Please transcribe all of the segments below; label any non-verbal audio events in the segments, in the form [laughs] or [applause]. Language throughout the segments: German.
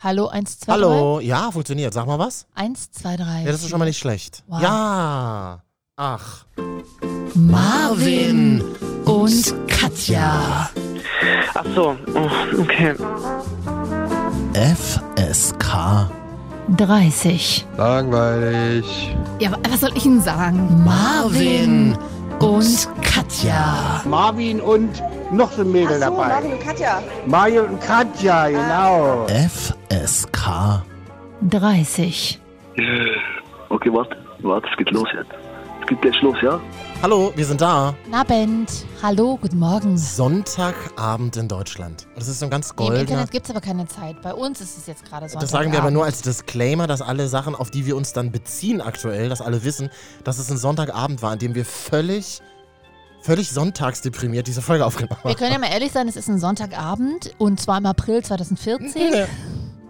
Hallo 1, 2, Hallo, ja, funktioniert. Sag mal was. 3. 1, 2, 3. Ja, das ist schon mal nicht schlecht. Wow. Ja. Ach. Marvin und Katja. Ach so, oh, okay. FSK. 30. Langweilig. Ja, wa- was soll ich Ihnen sagen? Marvin und Katja. Marvin und noch so ein Mädel Ach so, dabei. Marvin Ah, und Katja. Mario und Katja, genau. FSK. 30. Okay, warte, warte, es geht los jetzt. Es geht gleich los, ja? Hallo, wir sind da. Abend. Hallo, guten Morgen. Sonntagabend in Deutschland. Und es ist so ein ganz Im goldener. Internet gibt es aber keine Zeit. Bei uns ist es jetzt gerade so. Das sagen wir aber nur als Disclaimer, dass alle Sachen, auf die wir uns dann beziehen aktuell, dass alle wissen, dass es ein Sonntagabend war, an dem wir völlig, völlig sonntagsdeprimiert diese Folge aufgenommen Wir haben. können ja mal ehrlich sein, es ist ein Sonntagabend und zwar im April [laughs] 2014.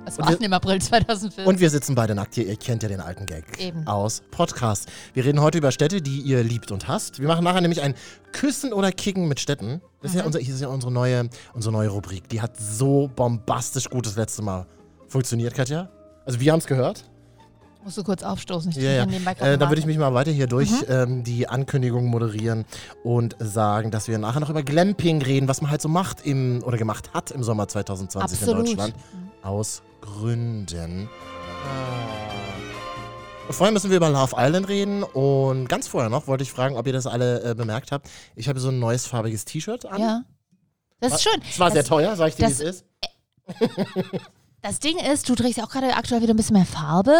Es war wir- schon im April 2014. Und wir sitzen beide nackt hier. Ihr kennt ja den alten Gag Eben. aus Podcast. Wir reden heute über Städte, die ihr liebt und hasst. Wir machen nachher nämlich ein Küssen oder Kicken mit Städten. Das ist ja, unser, hier ist ja unsere, neue, unsere neue Rubrik. Die hat so bombastisch gut das letzte Mal funktioniert, Katja. Also wir haben es gehört. Musst du kurz aufstoßen. Ich Ja, ja. trinke nebenbei Kaffee Äh, dann würde ich warm. mich mal weiter hier durch Mhm. ähm, die Ankündigung moderieren und sagen, dass wir nachher noch über Glamping reden, was man halt so macht im oder gemacht hat im Sommer 2020 in Absolut. Mhm. Deutschland. Aus Gründen. Äh. Vorher müssen wir über Love Island reden und ganz vorher noch wollte ich fragen, ob ihr das alle äh, bemerkt habt. Ich habe so ein neues farbiges T-Shirt an. Ja. Das ist schön. Es war sehr Das- teuer, sag ich dir, wie es das- ist. Das Ding ist, du trägst auch gerade aktuell wieder ein bisschen mehr Farbe.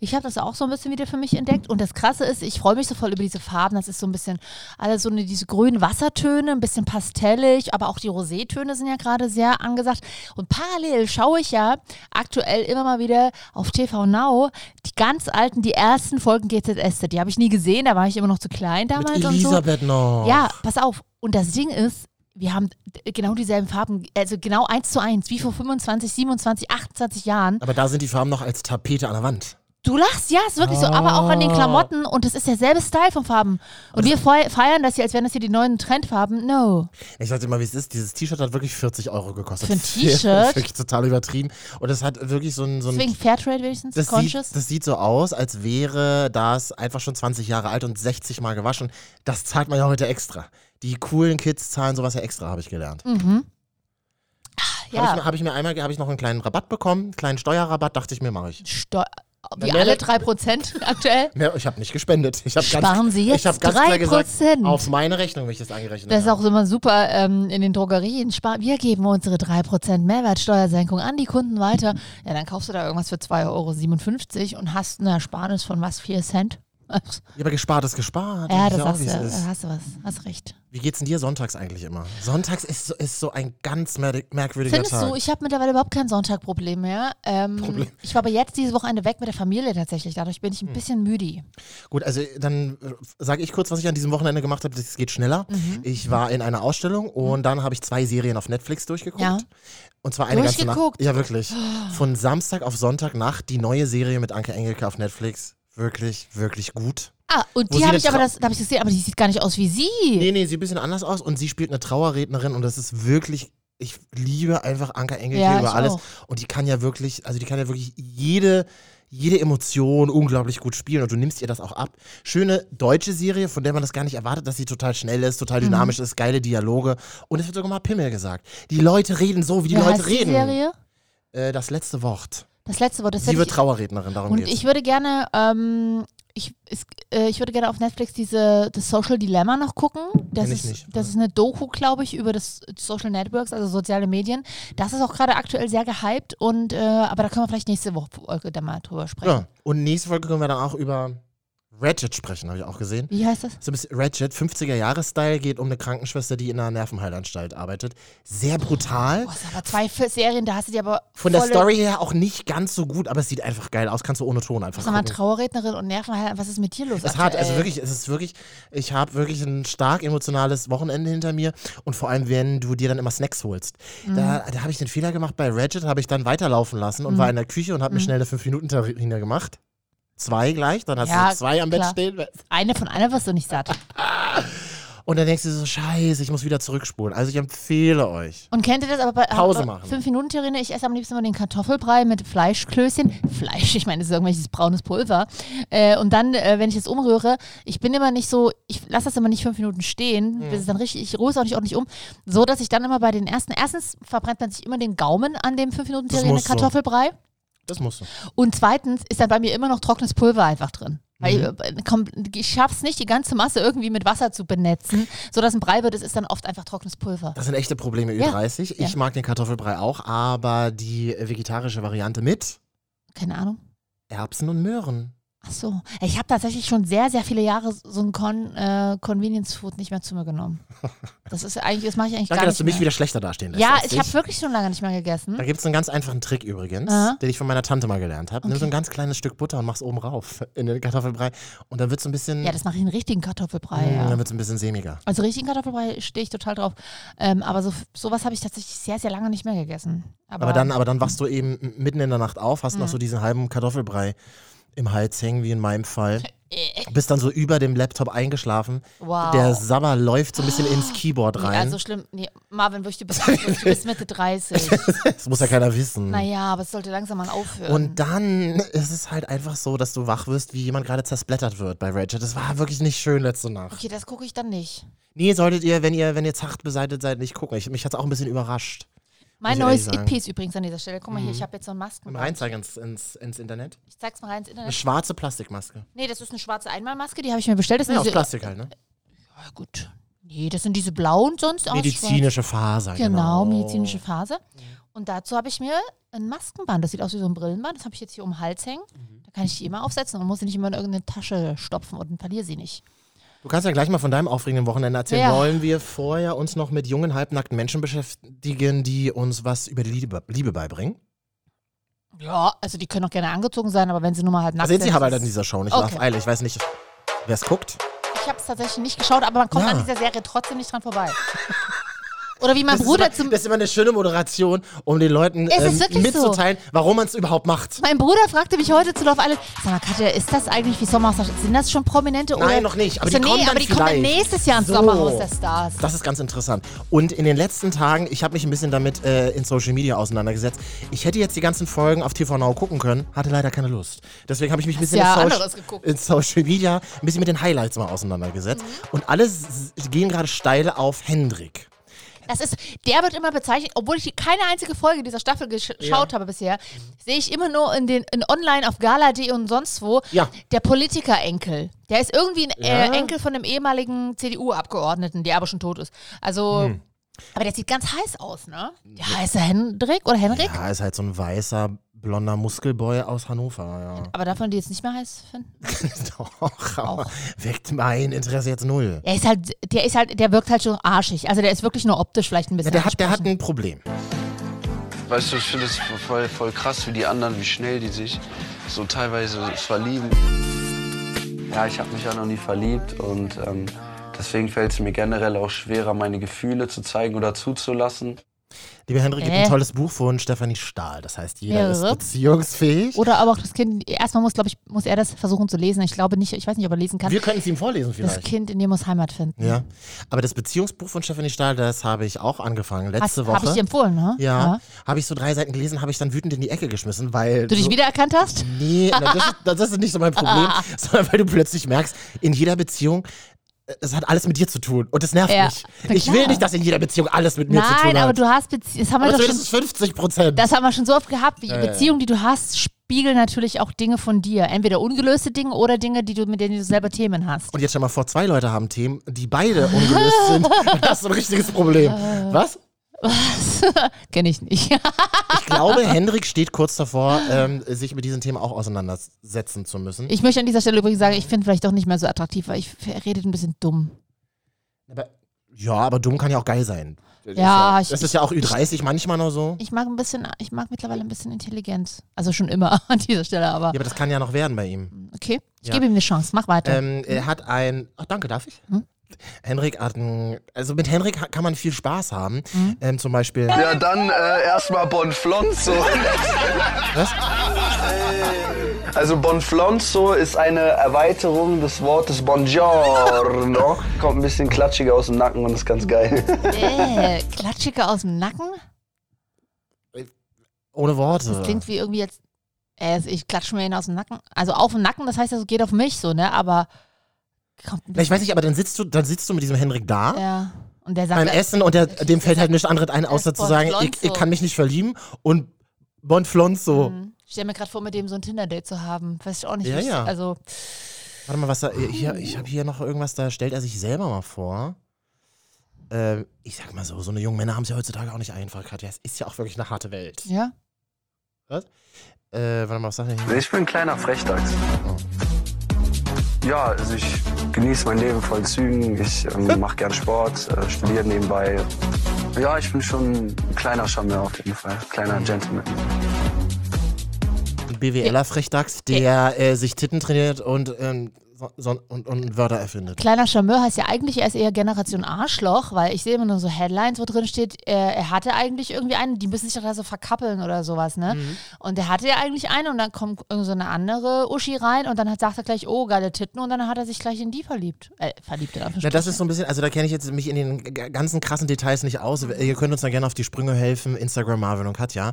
Ich habe das auch so ein bisschen wieder für mich entdeckt. Und das Krasse ist, ich freue mich so voll über diese Farben. Das ist so ein bisschen, alles so eine, diese grünen Wassertöne, ein bisschen pastellig, aber auch die Rosetöne sind ja gerade sehr angesagt. Und parallel schaue ich ja aktuell immer mal wieder auf TV Now die ganz alten, die ersten Folgen GZS. Die habe ich nie gesehen, da war ich immer noch zu klein damals. Mit und so. Elisabeth noch. Ja, pass auf. Und das Ding ist, wir haben d- genau dieselben Farben, also genau eins zu eins, wie vor 25, 27, 28 Jahren. Aber da sind die Farben noch als Tapete an der Wand. Du lachst, ja, ist wirklich so, aber auch Oh. an den Klamotten und es ist derselbe Style von Farben. Und wir fei- feiern das hier, als wären das hier die neuen Trendfarben. No. Ich sagte immer, wie es ist. Dieses T-Shirt hat wirklich 40 Euro gekostet. [laughs] Für ein T-Shirt? Wirklich total übertrieben. Und es hat wirklich so ein. So ein Deswegen Fairtrade wenigstens, das, sieht, conscious. das sieht so aus, als wäre das einfach schon 20 Jahre alt und 60 Mal gewaschen. Das zahlt man ja heute extra. Die coolen Kids zahlen sowas ja extra, habe ich gelernt. mhm. Habe ich, Ja, hab ich mir einmal hab ich noch einen kleinen Rabatt bekommen, einen kleinen Steuerrabatt, dachte ich mir, mache ich. Steu wie Mehr- alle 3% [laughs] aktuell. Mehr, ich habe nicht gespendet. Ich hab Sparen ganz, Sie jetzt ich hab ganz klar gesagt, 3%. auf meine Rechnung, wenn ich das angerechnet Das ist habe. auch immer super ähm, in den Drogerien. Spar wir geben unsere 3% Mehrwertsteuersenkung an die Kunden weiter. Ja, dann kaufst du da irgendwas für 2,57 Euro und hast eine Ersparnis von was? 4 Cent? [laughs] Ja, aber gespart ist gespart. ja, Ich das weiß auch, hast wie du. es ist. Da hast du was. Hast recht. Wie geht's denn dir sonntags eigentlich immer? Sonntags ist so, ist so ein ganz merk- merkwürdiger Findest Tag. du, ich habe mittlerweile überhaupt kein Sonntagproblem mehr. Ähm, [laughs] Problem. Hm. Ich war aber jetzt dieses Wochenende weg mit der Familie tatsächlich. Dadurch bin ich ein bisschen müde. Gut, also dann sage ich kurz, was ich an diesem Wochenende gemacht habe. Das geht schneller. Mhm. Ich war in einer Ausstellung und dann habe ich zwei Serien auf Netflix durchgeguckt. Ja. Und zwar eine ganze Nacht. Durchgeguckt? Ah. Ja, wirklich. Von Samstag auf Sonntagnacht die neue Serie mit Anke Engelke auf Netflix. Wirklich, wirklich gut. Ah, und Wo die sie habe eine ich aber Tra- das, da habe ich gesehen, aber die sieht gar nicht aus wie sie. Nee, nee, sieht ein bisschen anders aus und sie spielt eine Trauerrednerin und das ist wirklich. Ich liebe einfach Anke Engelke Ja, ich über alles. auch. Und die kann ja wirklich, also die kann ja wirklich jede, jede Emotion unglaublich gut spielen und du nimmst ihr das auch ab. Schöne deutsche Serie, von der man das gar nicht erwartet, dass sie total schnell ist, Mhm. total dynamisch ist, geile Dialoge. Und es wird sogar mal Pimmel gesagt. Die Leute reden so, wie die Wie heißt Leute reden. Die Serie? Äh, das letzte Wort. Das letzte Wort. Das Sie hätte wird ich- Trauerrednerin, darum Und geht's. ich würde gerne, ähm, ich, es, äh, ich würde gerne auf Netflix diese das Social Dilemma noch gucken. Das Kenn ich ist, nicht. das ist eine Doku, glaube ich, über das Social Networks, also soziale Medien. Das ist auch gerade aktuell sehr gehypt und äh, aber da können wir vielleicht nächste Woche Folge dann mal drüber sprechen. ja. Und nächste Folge können wir dann auch über Ratchet sprechen, habe ich auch gesehen. Wie heißt das? so ein bisschen Ratchet, 50er-Jahre-Style, geht um eine Krankenschwester, die in einer Nervenheilanstalt arbeitet. Sehr brutal. Boah, das aber zwei F- Serien, da hast du dir aber Von der volle- Story her auch nicht ganz so gut, aber es sieht einfach geil aus. Kannst du ohne Ton einfach Sag mal, gucken. Trauerrednerin und Nervenheiler, was ist mit dir los? Es ist hart, aktuell? also wirklich, es ist wirklich, ich habe wirklich ein stark emotionales Wochenende hinter mir und vor allem, wenn du dir dann immer Snacks holst. Da, Mhm. da habe ich den Fehler gemacht, bei Ratchet habe ich dann weiterlaufen lassen und war in der Küche und habe Mhm. mir schnell eine 5-Minuten-Terrine gemacht. Zwei gleich, dann hast Ja, du zwei am Bett klar. stehen. Eine von einer wirst du nicht satt. Und dann denkst du so, scheiße, ich muss wieder zurückspulen. Also ich empfehle euch. Und kennt ihr das aber bei Pause äh, machen. fünf Minuten Terrine? Ich esse am liebsten immer den Kartoffelbrei mit Fleischklößchen. [laughs] Fleisch, ich meine, das ist irgendwelches braunes Pulver. Äh, und dann, äh, wenn ich das umrühre, ich bin immer nicht so, ich lasse das immer nicht fünf Minuten stehen, Mhm. bis es dann richtig, ich rühre es auch nicht ordentlich um, so dass ich dann immer bei den ersten, erstens verbrennt man sich immer den Gaumen an dem fünf Minuten Das Terrine muss so. Kartoffelbrei. Das musst du. Und zweitens ist dann bei mir immer noch trockenes Pulver einfach drin. Weil Mhm. ich, äh, komm, ich schaff's nicht, die ganze Masse irgendwie mit Wasser zu benetzen, sodass ein Brei wird, es ist dann oft einfach trockenes Pulver. Das sind echte Probleme, Ja. Ü30. Ich Ja. mag den Kartoffelbrei auch, aber die äh, vegetarische Variante mit Keine Ahnung. Erbsen und Möhren. Ach so. Ich habe tatsächlich schon sehr, sehr viele Jahre so ein Con, äh, Convenience Food nicht mehr zu mir [laughs] genommen. Das ist eigentlich, das mache ich eigentlich Danke, gar dass nicht du mich mehr. wieder schlechter dastehen lässt. Ja, als ich habe wirklich schon lange nicht mehr gegessen. Da gibt es einen ganz einfachen Trick übrigens, Aha. den ich von meiner Tante mal gelernt habe. Nimm so ein ganz kleines Stück Butter und mach's oben rauf in den Kartoffelbrei. Und dann wird es ein bisschen. Ja, das mache ich einen richtigen Kartoffelbrei. Mm, ja. Dann wird's ein bisschen sämiger. Also richtigen Kartoffelbrei stehe ich total drauf. Ähm, aber so, sowas habe ich tatsächlich sehr, sehr lange nicht mehr gegessen. Aber, Aber dann, aber dann wachst du eben m- mitten in der Nacht auf, hast noch Mhm. so diesen halben Kartoffelbrei im Hals hängen, wie in meinem [laughs] Fall. Bist dann so über dem Laptop eingeschlafen. Äh. Wow. Der Sabber läuft so ein bisschen ins Keyboard rein. Also schlimm. Nee, Marvin, wirklich, du bist, du bist Mitte 30. [laughs] das muss ja keiner wissen. naja, aber es sollte langsam mal aufhören. Und dann ist es halt einfach so, dass du wach wirst, wie jemand gerade zersplattert wird bei Rachel. Das war wirklich nicht schön letzte Nacht. okay, das gucke ich dann nicht. Nee, solltet ihr, wenn ihr, wenn ihr zart beseitigt seid, nicht gucken. Ich, mich hat es auch ein bisschen überrascht. Mein Muss ich neues ehrlich sagen. Mhm. IP ist übrigens an dieser Stelle. Guck mal hier, ich habe jetzt so einen Masken. Mal reinzeigen ins, ins, ins Internet. Ich zeig's mal rein ins Eine Internet. schwarze Plastikmaske. Nee, das ist eine schwarze Einmalmaske, die habe ich mir bestellt. Das sind Ja, aus diese, Plastik halt, ne? Ah, gut. Nee, das sind diese blauen sonst auch. Medizinische Faser. Genau, Genau, medizinische Phase. Und dazu habe ich mir ein Maskenband, das sieht aus wie so ein Brillenband, das habe ich jetzt hier um den Hals hängen. Mhm. Da kann ich die immer aufsetzen und muss sie nicht immer in irgendeine Tasche stopfen und dann verliere sie nicht. Du kannst ja gleich mal von deinem aufregenden Wochenende erzählen. Ja. Wollen wir vorher uns noch mit jungen, halbnackten Menschen beschäftigen, die uns was über die Liebe, Liebe beibringen? Ja, also die können auch gerne angezogen sein, aber wenn sie nur mal halt nackt Also sehen Sie sind, aber ist- in dieser Show nicht Okay. okay. Eile. Ich weiß nicht, wer es guckt. Ich habe es tatsächlich nicht geschaut, aber man kommt Ja. an dieser Serie trotzdem nicht dran [laughs] vorbei. Oder wie mein Das ist, Bruder immer, zum. das ist immer eine schöne Moderation, um den Leuten Es ist ähm, wirklich so. mitzuteilen, warum man es überhaupt macht. Mein Bruder fragte mich heute zu Love Island, sag mal, Katja, ist das eigentlich wie Sommerhaus? der- Sind das schon Prominente? Nein, oder? noch nicht, aber Ich so, die kommen nee, dann aber die kommen vielleicht. nächstes Jahr ins So. Sommerhaus der Stars. Das ist ganz interessant. Und in den letzten Tagen, ich habe mich ein bisschen damit äh, in Social Media auseinandergesetzt. Ich hätte jetzt die ganzen Folgen auf TV Now gucken können, hatte leider keine Lust. Deswegen habe ich mich ein bisschen ja in, anderes Social, geguckt. in Social Media ein bisschen mit den Highlights mal auseinandergesetzt. Mhm. Und alle s- gehen gerade steil auf Hendrik. Das ist, der wird immer bezeichnet, obwohl ich keine einzige Folge dieser Staffel gesch- geschaut habe bisher, sehe ich immer nur in den in online auf Gala.de und sonst wo Ja. der Politiker-Enkel. Der ist irgendwie ein Ja. äh, Enkel von einem ehemaligen CDU-Abgeordneten, der aber schon tot ist. Also, Hm. aber der sieht ganz heiß aus, ne? Der heiße Hendrik oder Henrik? Ja, ist halt so ein weißer, blonder Muskelboy aus Hannover. [laughs] Ja. Aber davon, die jetzt nicht mehr heiß finden. Doch, aber weckt mein Interesse jetzt null. Der ist halt, der ist halt, der wirkt halt schon arschig. Also der ist wirklich nur optisch vielleicht ein Ja, bisschen. der, hat, der hat ansprechend. ein Problem. Weißt du, ich finde es voll, voll krass, wie die anderen, wie schnell die sich so teilweise verlieben. Ja, ich habe mich ja noch nie verliebt und ähm, deswegen fällt es mir generell auch schwerer, meine Gefühle zu zeigen oder zuzulassen. Lieber Hendrik gibt Äh. ein tolles Buch von Stefanie Stahl. Das heißt, jeder Mehrere. ist beziehungsfähig. Oder aber auch das Kind, erstmal muss, glaube ich, muss er das versuchen zu lesen. Ich glaube nicht, ich weiß nicht, ob er lesen kann. Wir können es ihm vorlesen Das vielleicht. Kind in dir muss Heimat finden. Ja. Aber das Beziehungsbuch von Stefanie Stahl, das habe ich auch angefangen letzte Woche. Habe ich dir empfohlen, ne? ja, habe ich so drei Seiten gelesen, habe ich dann wütend in die Ecke geschmissen, weil Du dich so, wiedererkannt hast? Nee, na, das, ist, das ist nicht [laughs] so mein Problem, sondern weil du plötzlich merkst, in jeder Beziehung, äh, es hat alles mit dir zu tun und das nervt Ja, mich. na Ich will klar. nicht, dass in jeder Beziehung alles mit mir zu Nein, tun hat. aber du hast Bezie das haben wir aber doch schon, zumindest 50 Prozent. das haben wir schon so oft gehabt. Die ja, ja. Beziehungen, die du hast, spiegeln natürlich auch Dinge von dir. Entweder ungelöste Dinge oder Dinge, die du mit denen du selber Themen [laughs] hast. Und jetzt schon mal vor, zwei Leute haben Themen, die beide ungelöst [laughs] sind. Das ist ein richtiges Problem. Äh. Was? Kenne ich nicht. Ich glaube, Hendrik steht kurz davor, ähm, sich mit diesen Themen auch auseinandersetzen zu müssen. ich möchte an dieser Stelle übrigens sagen, ich finde vielleicht doch nicht mehr so attraktiv, weil ich er redet ein bisschen dumm. aber, ja, aber dumm kann ja auch geil sein. Ja, ich, Das ist ja auch Ü30 manchmal noch so. ich mag ein bisschen, ich mag mittlerweile ein bisschen Intelligenz. Also schon immer [laughs] an dieser Stelle, aber Ja, aber das kann ja noch werden bei ihm. okay. Ich Ja. gebe ihm eine Chance. Mach weiter. Ähm, er hat ein. Ach, danke, darf ich? Hm? Henrik hat ein. Also mit Henrik ha- kann man viel Spaß haben. Hm? Ähm, zum Beispiel. Ja, dann äh, erstmal Bonflonzo. Was? Also Bonflonzo ist eine Erweiterung des Wortes Buongiorno. Kommt ein bisschen klatschiger aus dem Nacken und ist ganz geil. Ähm. Äh, Klatschige aus dem Nacken? Ohne Worte. Das klingt wie irgendwie jetzt. Äh, ich klatsche mir ihn aus dem Nacken. Also auf den Nacken, das heißt, das geht auf mich so, ne? Aber. Kommt ein Na, ich weiß nicht, aber dann sitzt du, dann sitzt du mit diesem Henrik da. Ja. Und der sagt. beim Essen und der, dem fällt halt nichts anderes ein, außer ist zu sagen, ich, Bonflonzo. ich kann mich nicht verlieben und Bonflonzo. Hm, Ich stelle mir gerade vor, mit dem so ein Tinder-Date zu haben. Weiß ich auch nicht. Ja, wie ich- ja. Also, Warte mal, was da, hier, ich habe hier noch irgendwas, da stellt er sich selber mal vor. Ähm, ich sag mal so, so eine junge Männer haben es ja heutzutage auch nicht einfach, Katja. Es ist ja auch wirklich eine harte Welt. ja. Äh, warte mal, was sagt er hier? Ich bin ein kleiner Frechdachs. Ja, also ich genieße mein Leben voll Zügen. Ich ähm, mache gern Sport, äh, studiere nebenbei. Ja, ich bin schon ein kleiner Charmeur auf jeden Fall. Kleiner Gentleman. Ein BWLer Frechdachs, der äh, sich Titten trainiert und, ähm, so, so, und, und Wörter erfindet. Kleiner Charmeur heißt ja eigentlich, er ist eher Generation Arschloch, weil ich sehe immer nur so Headlines, wo drin steht, er, er hatte eigentlich irgendwie einen, die müssen sich doch da so verkappeln oder sowas, ne? Mhm. Und er hatte ja eigentlich einen und dann kommt irgend so eine andere Uschi rein und dann hat, sagt er gleich, oh, geile Titten und dann hat er sich gleich in die verliebt. Äh, verliebt in Na, Anführungsstrichen. das ist so ein bisschen, also da kenne ich jetzt mich in den g- ganzen krassen Details nicht aus. Ihr könnt uns da gerne auf die Sprünge helfen, Instagram Marvin und Katja.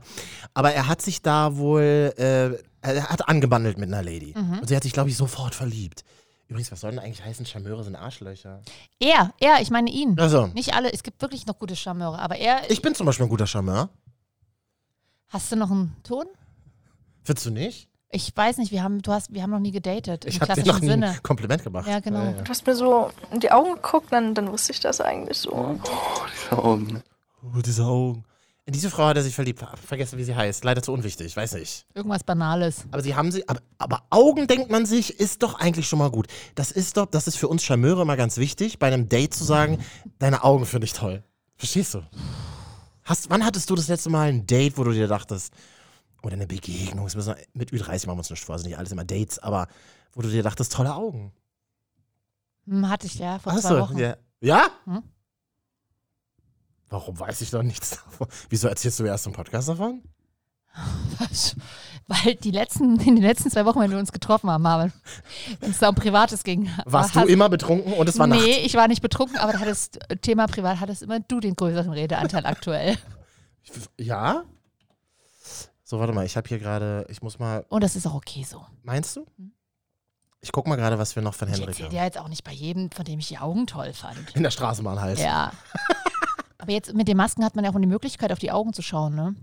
Aber er hat sich da wohl, äh, er hat angebandelt mit einer Lady. Mhm. Und sie hat sich, glaube ich, sofort verliebt. Übrigens, was soll denn eigentlich heißen, Charmeure sind Arschlöcher? Er, er, ich meine ihn. Also, Nicht alle, es gibt wirklich noch gute Charmeure, aber er, ich bin zum Beispiel ein guter Charmeur. hast du noch einen Ton? Findest du nicht? Ich weiß nicht, wir haben, du hast, wir haben noch nie gedatet. Im Ich habe dir klassischen noch nie Sinne. ein Kompliment gemacht. Ja, genau. Du hast mir so in die Augen geguckt, dann, dann wusste ich das eigentlich so. Und Oh, diese Augen. In diese Frau hat er sich verliebt. Hab Vergessen, wie sie heißt. Leider zu unwichtig. Weiß nicht. Irgendwas Banales. Aber sie haben sie. Aber, aber Augen, denkt man sich, ist doch eigentlich schon mal gut. Das ist doch, das ist für uns Charmeure mal ganz wichtig, bei einem Date zu sagen, deine Augen finde ich toll. Verstehst du? Hast, wann hattest du das letzte Mal ein Date, wo du dir dachtest, oder eine Begegnung, das müssen wir, mit Ü30 machen wir uns nicht vor, das sind nicht alles immer Dates, aber wo du dir dachtest, tolle Augen. Hm, hatte ich ja vor Ach zwei so, Wochen. Ja? ja? Hm? Warum weiß ich noch nichts davon? Wieso erzählst du mir erst im Podcast davon? Was? Weil die letzten, in den letzten zwei Wochen, wenn wir uns getroffen haben, Marvin, wenn es da um Privates ging. Warst du hast- immer betrunken und es war nee, Nacht? ich war nicht betrunken, aber da hattest, Thema privat hattest immer du den größeren Redeanteil aktuell. Ja? So, warte mal, ich habe hier gerade, ich muss mal, Und das ist auch okay so. meinst du? Ich guck mal gerade, was wir noch von Ich Henrik erzähle haben. dir Mhm. jetzt auch nicht bei jedem, von dem ich die Augen toll fand. In der Straßenbahn halt. Ja. [laughs] Ja. Aber jetzt mit den Masken hat man ja auch die Möglichkeit, auf die Augen zu schauen, ne?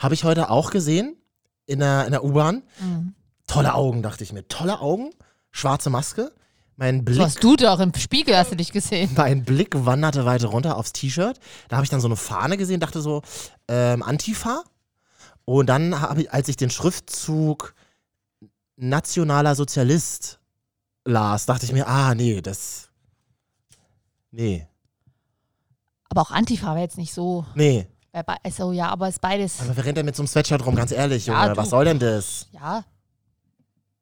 habe ich heute auch gesehen, in der, in der U-Bahn. Mhm. Tolle Augen, dachte ich mir. Tolle Augen, schwarze Maske. Mein So Blick, hast du doch, im Spiegel hast du dich gesehen. mein Blick wanderte weiter runter aufs T-Shirt. Da habe ich dann so eine Fahne gesehen, dachte so, ähm, Antifa. Und dann habe ich, als ich den Schriftzug Nationaler Sozialist las, dachte ich mir, ah, nee, das. Nee, Aber auch Antifa war jetzt nicht so. nee. Bei bei- Also ja, aber ist beides. Aber wer rennt denn mit so einem Sweatshirt rum, ganz ehrlich, Ja, Junge? du. was soll denn das? Ja.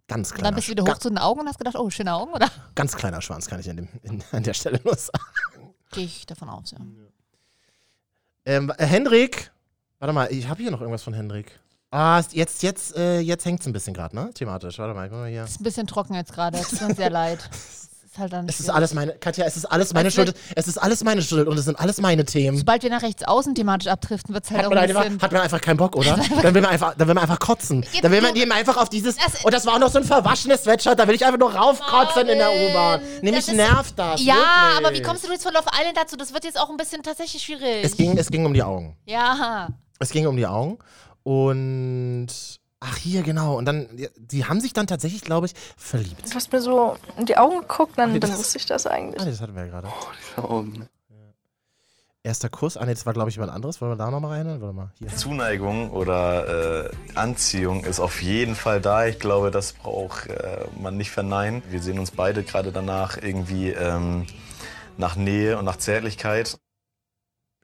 Ganz Und dann kleiner, bist du wieder Sch- hoch zu den Augen und hast gedacht, oh, schöne Augen, oder? ga- ganz kleiner Schwanz, kann ich an, dem, in, an der Stelle nur sagen. Gehe ich davon aus, ja. Ähm, äh, Hendrik, warte mal, ich habe hier noch irgendwas von Hendrik. Ah, ist- jetzt, jetzt, äh, jetzt hängt's ein bisschen gerade, ne? Thematisch. Warte mal, ich mach mal hier. Ist ein bisschen trocken jetzt gerade. Es tut uns sehr [laughs] leid. Es ist halt dann Es ist schwierig. alles meine, Katja, es ist alles meine Was wird- Schuld. Es ist alles meine Schuld und es sind alles meine Themen. Sobald wir nach rechts außen thematisch abdriften, wird es halt Hat auch man, ein einfach, bisschen. hat man einfach keinen [laughs] Bock, oder? Dann will man einfach, dann will man einfach kotzen. Dann will man du- eben einfach auf dieses. Das- und das war auch noch so ein verwaschenes Sweatshirt, da will ich einfach nur raufkotzen in der U-Bahn. Nämlich das ist- nervt das. ja, wirklich. aber wie kommst du jetzt von Love Island dazu? Das wird jetzt auch ein bisschen tatsächlich schwierig. Es ging, es ging um die Augen. ja. Es ging um die Augen. Und. Ach, hier, genau. Und dann. ja, Die haben sich dann tatsächlich, glaube ich, verliebt. Du hast mir so in die Augen geguckt, Ach, nee, dann, dann das- wusste ich das Ah, eigentlich. nee, das hatten wir ja gerade. und Erster Kuss. Ah, nee, das war, glaube ich, jemand anderes. Wollen wir da nochmal reinhören? Warte mal. Hier. Zuneigung oder äh, Anziehung ist auf jeden Fall da. Ich glaube, das braucht äh, man nicht verneinen. Wir sehen uns beide gerade danach irgendwie ähm, nach Nähe und nach Zärtlichkeit.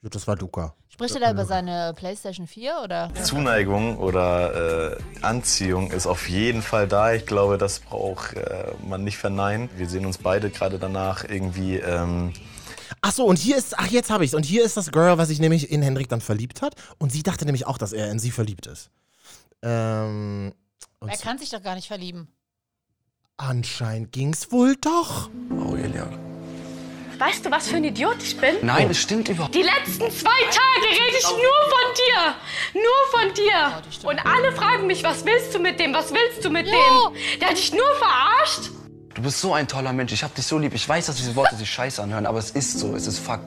Gut, Das war Luca. Spricht er da über seine PlayStation 4 oder? Zuneigung oder äh, Anziehung ist auf jeden Fall da. Ich glaube, das braucht äh, man nicht verneinen. Wir sehen uns beide gerade danach irgendwie ähm, Ach so, und hier ist, ach, jetzt habe ich's. Und hier ist das Girl, was sich nämlich in Henrik dann verliebt hat. Und sie dachte nämlich auch, dass er in sie verliebt ist. Ähm, Und Er so- kann sich doch gar nicht verlieben. anscheinend ging's wohl doch. Aurelian. Weißt du, was für ein Idiot ich bin? Nein, es stimmt überhaupt Die letzten zwei Tage rede ich nur von dir. Nur von dir. Und alle fragen mich, was willst du mit dem? Was willst du mit dem? Der hat dich nur verarscht? Du bist so ein toller Mensch. Ich hab dich so lieb. Ich weiß, dass diese Worte sich scheiße anhören, aber es ist so. Es ist Fakt.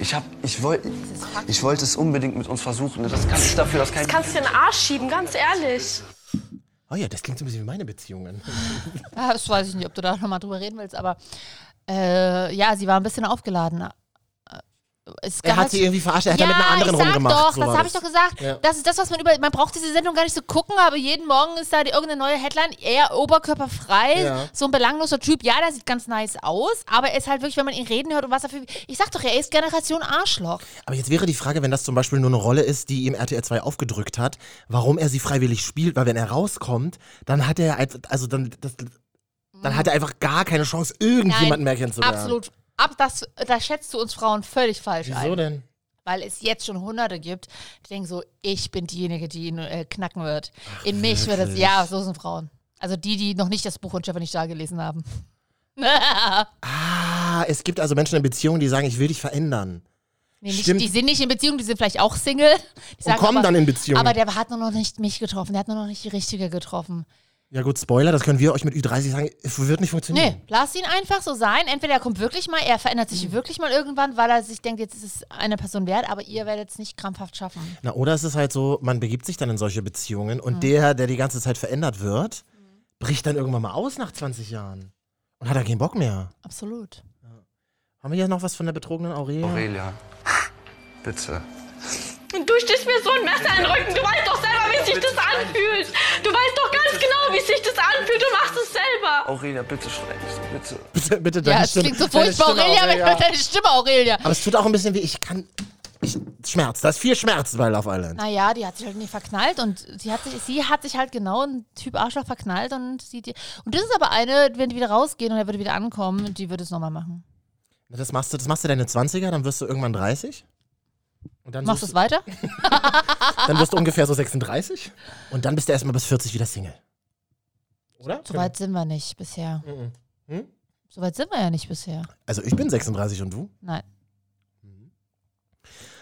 Ich hab, ich wollte, ich wollte es unbedingt mit uns versuchen. Das kann ich dafür, das kann Das ich. kannst du in den Arsch schieben, ganz ehrlich. Oh ja, das klingt so ein bisschen wie meine Beziehungen. Ja, das weiß ich nicht, ob du da nochmal drüber reden willst, aber äh, ja, sie war ein bisschen aufgeladen. Äh, Es Er gab- hat sie irgendwie verarscht, er hat ja, da mit einer anderen ich sag rumgemacht, Doch, so war das habe das. ich doch gesagt. Ja. Das ist das, was man über. Man braucht diese Sendung gar nicht zu gucken, aber jeden Morgen ist da die, irgendeine neue Headline. Er oberkörperfrei, Ja. so ein belangloser Typ. Ja, der sieht ganz nice aus, aber er ist halt wirklich, wenn man ihn reden hört und was er für. Ich sag doch, er ist Generation Arschloch. Aber jetzt wäre die Frage, wenn das zum Beispiel nur eine Rolle ist, die ihm RTL 2 aufgedrückt hat, warum er sie freiwillig spielt, weil wenn er rauskommt, dann hat er ein- also dann das, dann hat er einfach gar keine Chance, irgendjemanden mehr kennenzulernen. Absolut. Ab das, da schätzt du uns Frauen völlig falsch ein. Wieso denn? weil es jetzt schon Hunderte gibt, die denken so, ich bin diejenige, die ihn äh, knacken wird. In mich wird es, wirklich? ja, so sind Frauen. Also die, die noch nicht das Buch und Schäfer nicht da gelesen haben. Ah, es gibt also Menschen in Beziehungen, die sagen, ich will dich verändern. Nee, nicht, Stimmt. die sind nicht in Beziehung, die sind vielleicht auch Single. Die Und kommen aber, dann in Beziehung. Aber der hat nur noch nicht mich getroffen, der hat nur noch nicht die Richtige getroffen. Ja gut, Spoiler, das können wir euch mit Ü30 sagen, es wird nicht funktionieren. Nee, lass ihn einfach so sein. Entweder er kommt wirklich mal, er verändert sich Hm. wirklich mal irgendwann, weil er sich denkt, jetzt ist es eine Person wert, aber ihr werdet es nicht krampfhaft schaffen. Na, oder es ist halt so, man begibt sich dann in solche Beziehungen Mhm. und der, der die ganze Zeit verändert wird, bricht dann irgendwann mal aus nach 20 Jahren und hat dann keinen Bock mehr. Absolut. Haben wir hier noch was von der betrogenen Aurelia? Aurelia, bitte. Und du stichst mir so ein Messer in den Rücken. Du weißt doch selber, wie sich das anfühlt. Du weißt doch ganz genau, wie sich das anfühlt. Du machst es selber. Aurelia, bitte schreib nicht, bitte. [laughs] Bitte, bitte deine Ja, es Stimme. klingt so deine furchtbar, Stimme, Aurelia, wenn deine Stimme, Aurelia. Aber es tut auch ein bisschen weh. Ich kann. Ich, Schmerz. Da ist viel Schmerz bei Love Island. Naja, die hat sich halt nie verknallt und sie hat sich, sie hat sich halt genau ein Typ Arschloch verknallt und sie die, Und das ist aber eine, wenn die wieder rausgehen und er würde wieder ankommen, die würde es nochmal machen. Das machst du, das machst du deine 20er, dann wirst du irgendwann 30. Und dann, Machst du suchst es weiter? du- dann wirst du ungefähr so 36. Und dann bist du erstmal bis 40 wieder Single. Oder? So weit sind wir nicht bisher. Genau. Mhm. Hm? So weit sind wir ja nicht bisher. Also ich bin 36 und du? Nein.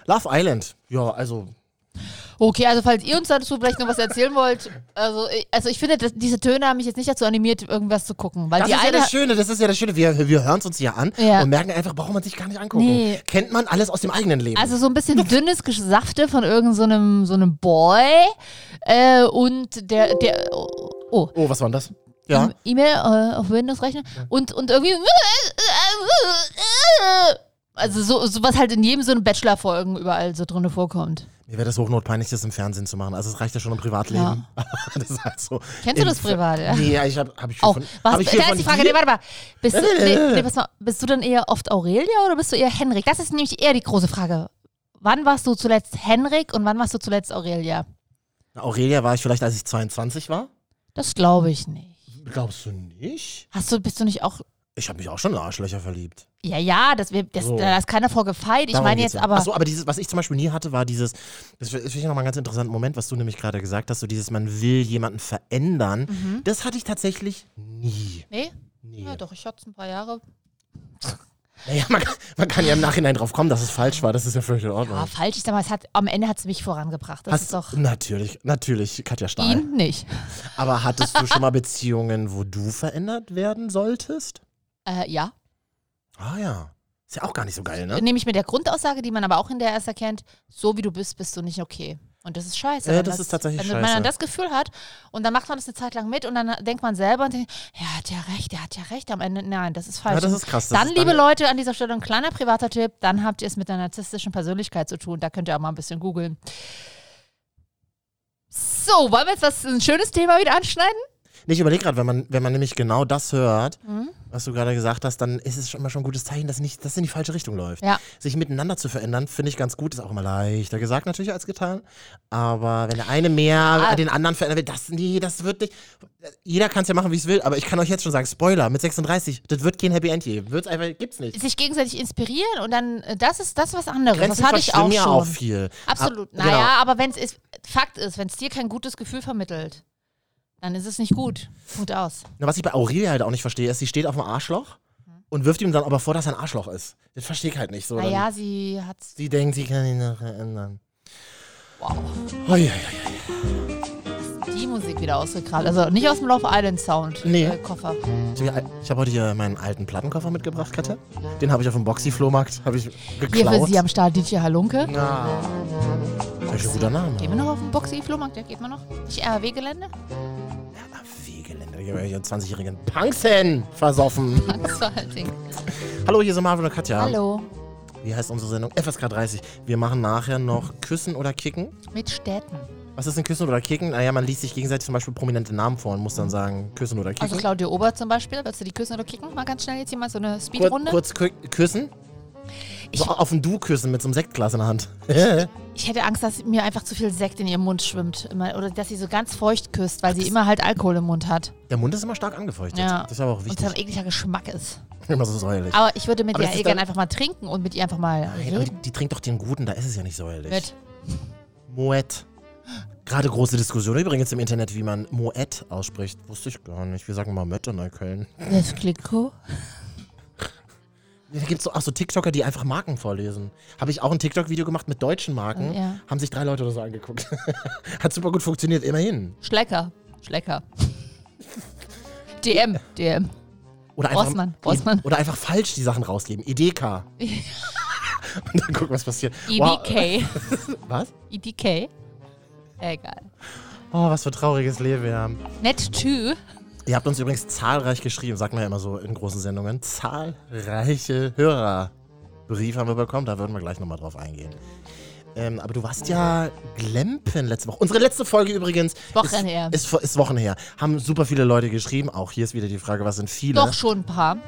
Love Island. Ja, also. Okay, also falls ihr uns dazu vielleicht noch was erzählen wollt, also, ich- also ich finde, dass diese Töne haben mich jetzt nicht dazu animiert, irgendwas zu gucken. Weil Das die ist ja eine das Schöne, das ist ja das Schöne. Wir, wir hören es uns ja an Ja. und merken einfach, warum man sich gar nicht angucken. Nee. Kennt man alles aus dem eigenen Leben. Also so ein bisschen dünnes Gesafte von irgendeinem so einem, so einem Boy. Äh, und der, der oh, oh, was war denn das? Ja. E- E-Mail äh, auf Windows-Rechner und, und irgendwie. Also so, so was halt in jedem so einem Bachelor-Folgen überall so drinne vorkommt. Mir wäre das hochnotpeinlich, das im Fernsehen zu machen. Also es reicht ja schon im Privatleben. [laughs] das ist halt so. Kennst du Im das privat, ja? Nee, ja, ich habe hab ich viel Auch. von, Was, hab ich viel da von ist die Frage, nee, dir- warte mal. Bist du, Äh, nee, äh. nee, pass mal. Bist du dann eher oft Aurelia oder bist du eher Henrik? Das ist nämlich eher die große Frage. Wann warst du zuletzt Henrik und wann warst du zuletzt Aurelia? Aurelia war ich vielleicht, als ich 22 war? Das glaube ich nicht. Glaubst du nicht? Hast du, bist du nicht auch. Ich habe mich auch schon in Arschlöcher verliebt. Ja, ja, das, wir, das, So. da ist keiner vor gefeit. Ich Darum meine geht's jetzt ja. aber. Ach so, aber dieses, was ich zum Beispiel nie hatte, war dieses, das finde ich nochmal einen ganz interessanten Moment, was du nämlich gerade gesagt hast, so dieses, man will jemanden verändern. Das hatte ich tatsächlich nie. Nee? Nee. Mhm. Ja, doch, ich hatte ein paar Jahre. Naja, man, kann- man kann ja im Nachhinein drauf kommen, dass es falsch war. Das ist ja völlig in Ordnung. Ah, falsch, ich sag mal, es hat, am Ende hat es mich vorangebracht. Das ist hast doch Natürlich, natürlich, Katja Stahl. ihn nicht. Aber hattest du schon mal Beziehungen, wo du verändert werden solltest? Äh, ja. Ah ja. Ist ja auch gar nicht so geil, ne? Nehme ich mit der Grundaussage, die man aber auch in der erst erkennt, so wie du bist, bist du nicht okay. Und das ist scheiße. Äh, wenn das ist tatsächlich wenn man scheiße. dann das Gefühl hat und dann macht man das eine Zeit lang mit und dann denkt man selber und denkt, ja, hat ja recht, der hat ja recht. Am Ende, nein, das ist falsch. Ja, das ist krass. Das dann, ist liebe Leute, an dieser Stelle ein kleiner privater Tipp, dann habt ihr es mit einer narzisstischen Persönlichkeit zu tun. Da könnt ihr auch mal ein bisschen googeln. So, wollen wir jetzt das ein schönes Thema wieder anschneiden? Nee, ich überlege gerade, wenn man, wenn man nämlich genau das hört, Mhm. was du gerade gesagt hast, dann ist es schon immer schon ein gutes Zeichen, dass nicht, dass es in die falsche Richtung läuft. Ja. Sich miteinander zu verändern, finde ich ganz gut. Ist auch immer leichter gesagt natürlich als getan. Aber wenn der eine mehr Ah. den anderen verändern will, das, nee, das wird nicht. Jeder kann es ja machen, wie es will, aber ich kann euch jetzt schon sagen, Spoiler, mit 36, das wird kein Happy End geben. Wird's einfach, gibt's nicht. sich gegenseitig inspirieren und dann, äh, das ist das ist was anderes. Grenzen das hatte ich auch verschwimmen schon. ja auch viel. genau. Absolut. Ab- naja, aber wenn es ist, Fakt ist, wenn es dir kein gutes Gefühl vermittelt, Dann ist es nicht gut. Punkt aus. Na, was ich bei Aurelia halt auch nicht verstehe, ist, sie steht auf dem Arschloch und wirft ihm dann aber vor, dass er ein Arschloch ist. Das verstehe ich halt nicht so. Dann- Mhm. Naja, sie hat Sie denkt, sie kann ihn nachher ändern. Wow. Oi, oi, die Musik wieder ausgekramt. Also nicht aus dem Love Island Sound Nee. äh, Koffer. Ich habe hab heute hier meinen alten Plattenkoffer mitgebracht, Katja. Den habe ich auf dem Boxy-Flohmarkt hab ich Hier geklaut. für Sie am Start DJ Halunke. Na. Welch ein guter Name. Gehen wir noch auf den Boxy Flohmarkt, da geht man noch. Nicht RW-Gelände? [laughs] Wegeländer. Ich habe hier einen 20-jährigen Punksen versoffen. Das war halt Ding. Hallo, hier sind Marvin und Katja. Hallo. Wie heißt unsere Sendung? FSK 30. Wir machen nachher noch Küssen oder Kicken. Mit Städten. Was ist denn Küssen oder Kicken? Naja, man liest sich gegenseitig zum Beispiel prominente Namen vor und muss dann sagen Küssen oder Kicken. Also Claudio Ober zum Beispiel. Willst du die küssen oder kicken? Mal ganz schnell jetzt hier mal so eine Kur Speedrunde. kurz kü küssen. So auf ein Du küssen mit so einem Sektglas in der Hand. Ich hätte Angst, dass mir einfach zu viel Sekt in ihrem Mund schwimmt. Immer, oder dass sie so ganz feucht küsst, weil sie immer halt Alkohol im Mund hat. Der Mund ist immer stark angefeuchtet. Ja. Das ist aber auch Und es hat wichtig. ein ekliger Geschmack ist. [laughs] Immer so säuerlich. Aber ich würde mit Aber ihr das eh ist gerne dann- einfach mal trinken und mit ihr einfach mal Nein, aber die, reden. die trinkt doch den guten, da ist es ja nicht säuerlich. Mit. Moet. Gerade große Diskussion übrigens im Internet, wie man Moet ausspricht. Wusste ich gar nicht. Wir sagen mal Mött in Neukölln. [laughs] Das klingt cool. Da gibt es auch so TikToker, die einfach Marken vorlesen. Habe ich auch ein TikTok-Video gemacht mit deutschen Marken. Ja. Haben sich drei Leute oder so angeguckt. [laughs] Hat super gut funktioniert, immerhin. Schlecker. Schlecker. DM. DM. Oder einfach, Rossmann, Rossmann. Oder einfach falsch die Sachen rausgeben. Edeka. [laughs] Und dann gucken, was passiert. E Wow. äh, EDK. [laughs] Was? EDK. E Egal. Oh, was für ein trauriges Leben wir haben. Net Ne? too. Ihr habt uns übrigens zahlreich geschrieben, sagt man ja immer so in großen Sendungen. Zahlreiche Hörerbriefe haben wir bekommen, da würden wir gleich nochmal drauf eingehen. Ähm, aber du warst ja Glempen letzte Woche. Unsere letzte Folge übrigens Wochen her. ist, ist, ist Wochen her. Haben super viele Leute geschrieben. Auch hier ist wieder die Frage, was sind viele? Doch schon ein paar.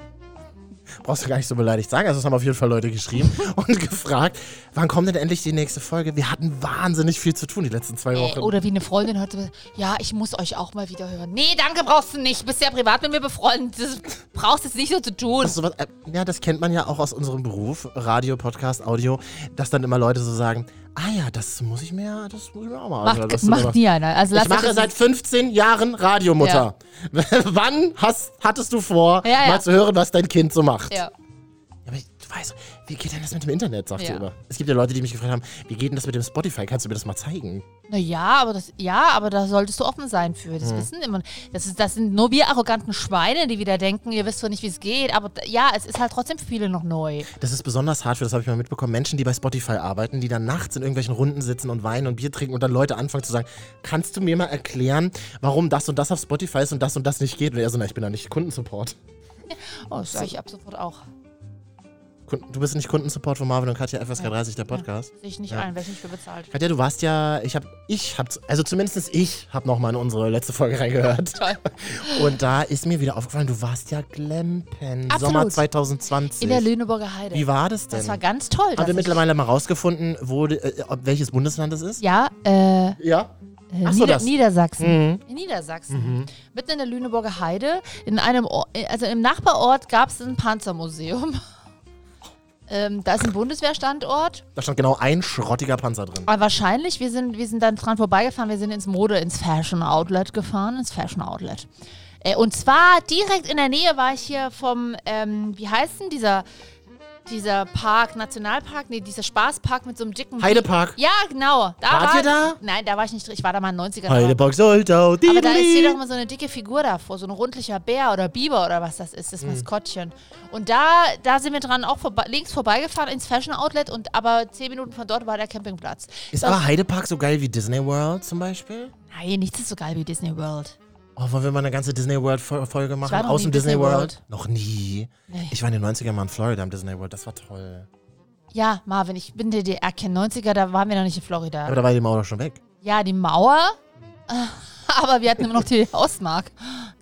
Brauchst du gar nicht so beleidigt sagen. Also es haben auf jeden Fall [laughs] Leute geschrieben und gefragt, wann kommt denn endlich die nächste Folge? Wir hatten wahnsinnig viel zu tun die letzten zwei Äh, Wochen. oder wie eine Freundin heute. Ja, ich muss euch auch mal wieder hören. Nee, danke, brauchst du nicht. Bist ja privat mit mir befreundet. Das brauchst es nicht so zu tun. Das ist sowas, äh, ja, das kennt man ja auch aus unserem Beruf, Radio, Podcast, Audio, dass dann immer Leute so sagen, ah ja, das muss ich mir, das muss ich mir auch mal anhören, Macht, was du macht machst." nie einer. Also lass Ich mache das- seit 15 Jahren Radiomutter. [laughs] Wann hast, hattest du vor, Ja, ja. mal zu hören, was dein Kind so macht? Ja. Ja, Aber ich- du weißt, wie geht denn das mit dem Internet, sagt sie Ja. immer. Es gibt ja Leute, die mich gefragt haben, wie geht denn das mit dem Spotify? Kannst du mir das mal zeigen? Naja, aber das, ja, aber da solltest du offen sein für. Das Mhm. wissen immer. Das, ist, das sind nur wir arroganten Schweine, die wieder denken, ihr wisst doch nicht, wie es geht. Aber d- ja, es ist halt trotzdem für viele noch neu. Das ist besonders hart für, das habe ich mal mitbekommen, Menschen, die bei Spotify arbeiten, die dann nachts in irgendwelchen Runden sitzen und weinen und Bier trinken und dann Leute anfangen zu sagen, kannst du mir mal erklären, warum das und das auf Spotify ist und das und das nicht geht? Und er so, na, ich bin da nicht Kundensupport. Oh, das sage ich ab sofort auch. Kun- Du bist nicht Kundensupport von Marvin und Katja FSK 30, der Podcast. Sehe ich nicht Ja. ein, wer ich nicht für bezahlt. Katja, du warst ja, ich habe, ich habe, also zumindest ich habe nochmal in unsere letzte Folge reingehört. Toll. [laughs] Und da ist mir wieder aufgefallen, du warst ja Glempen, Absolut. Sommer 2020. In der Lüneburger Heide. Wie war das denn? Das war ganz toll. Habt ihr dass ich- mittlerweile mal rausgefunden, wo, die- äh, ob welches Bundesland es ist? Ja, äh, Ja. äh, Ach so, Nieder das. Niedersachsen. Mhm. In Niedersachsen. Mitten in der Lüneburger Heide, in einem, Or äh, also im Nachbarort gab es ein Panzermuseum. [laughs] ähm, da ist ein Bundeswehrstandort. Da stand genau ein schrottiger Panzer drin. Aber wahrscheinlich, wir sind, wir sind dann dran vorbeigefahren, wir sind ins Mode, ins Fashion Outlet gefahren, ins Fashion Outlet. Äh, und zwar direkt in der Nähe war ich hier vom, ähm, wie heißt denn dieser, dieser Park, Nationalpark? Nee, dieser Spaßpark mit so einem dicken. Heidepark. Ja, genau. Da Wart war, ihr da? Nein, da war ich nicht drin. Ich war da mal in den 90ern. aber- Heidepark Soltau. aber da ist hier diddly. doch immer so eine dicke Figur davor, so ein rundlicher Bär oder Biber oder was das ist, das Mhm. Maskottchen. Und da, da sind wir dran auch vorbe links vorbeigefahren ins Fashion Outlet und aber zehn Minuten von dort war der Campingplatz. Ist aber Heidepark so geil wie Disney World zum Beispiel? Nein, nichts ist so geil wie Disney World. Oh, wollen wir mal eine ganze Disney World Fol- Folge machen? war noch Aus nie dem Disney, Disney World? World. Noch nie. Nee. Ich war in den 90ern mal in Florida im Disney World. Das war toll. Ja, Marvin, ich bin DDR kein 90er, da waren wir noch nicht in Florida. Aber da war die Mauer doch schon weg. ja, die Mauer, [laughs] äh, aber wir hatten immer noch die Ostmark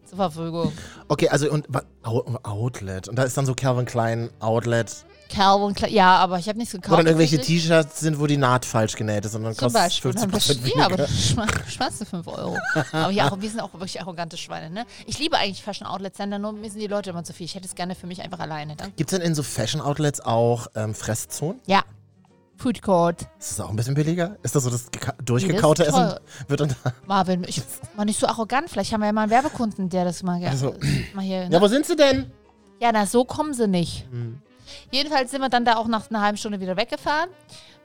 zur Verfügung. Okay, also und wa- Au- Outlet. Und da ist dann so Calvin Klein Outlet. Calvin Klein, ja, aber ich habe nichts gekauft. Wo dann irgendwelche tatsächlich. T-Shirts sind, wo die Naht falsch genäht ist und dann Zum kostet Beispiel. Dann 50 bist, Prozent ja, aber weniger. dann schma- schmeißt du 5 Euro. aber ja, wir sind auch wirklich arrogante Schweine, ne? Ich liebe eigentlich Fashion Outlets, denn nur mir sind die Leute immer zu viel. Ich hätte es gerne für mich einfach alleine. Dann. Gibt es denn in so Fashion Outlets auch ähm, Fresszonen? Ja. Food Court. Ist das auch ein bisschen billiger? Ist das so das geka- durchgekaute Nee, das ist Essen? Wird dann da Marvin, ich war nicht so arrogant. Vielleicht haben wir ja mal einen Werbekunden, der das mal, ge- Also- mal hier. Ne? ja, wo sind sie denn? Ja, na, so kommen sie nicht. Jedenfalls sind wir dann da auch nach einer halben Stunde wieder weggefahren,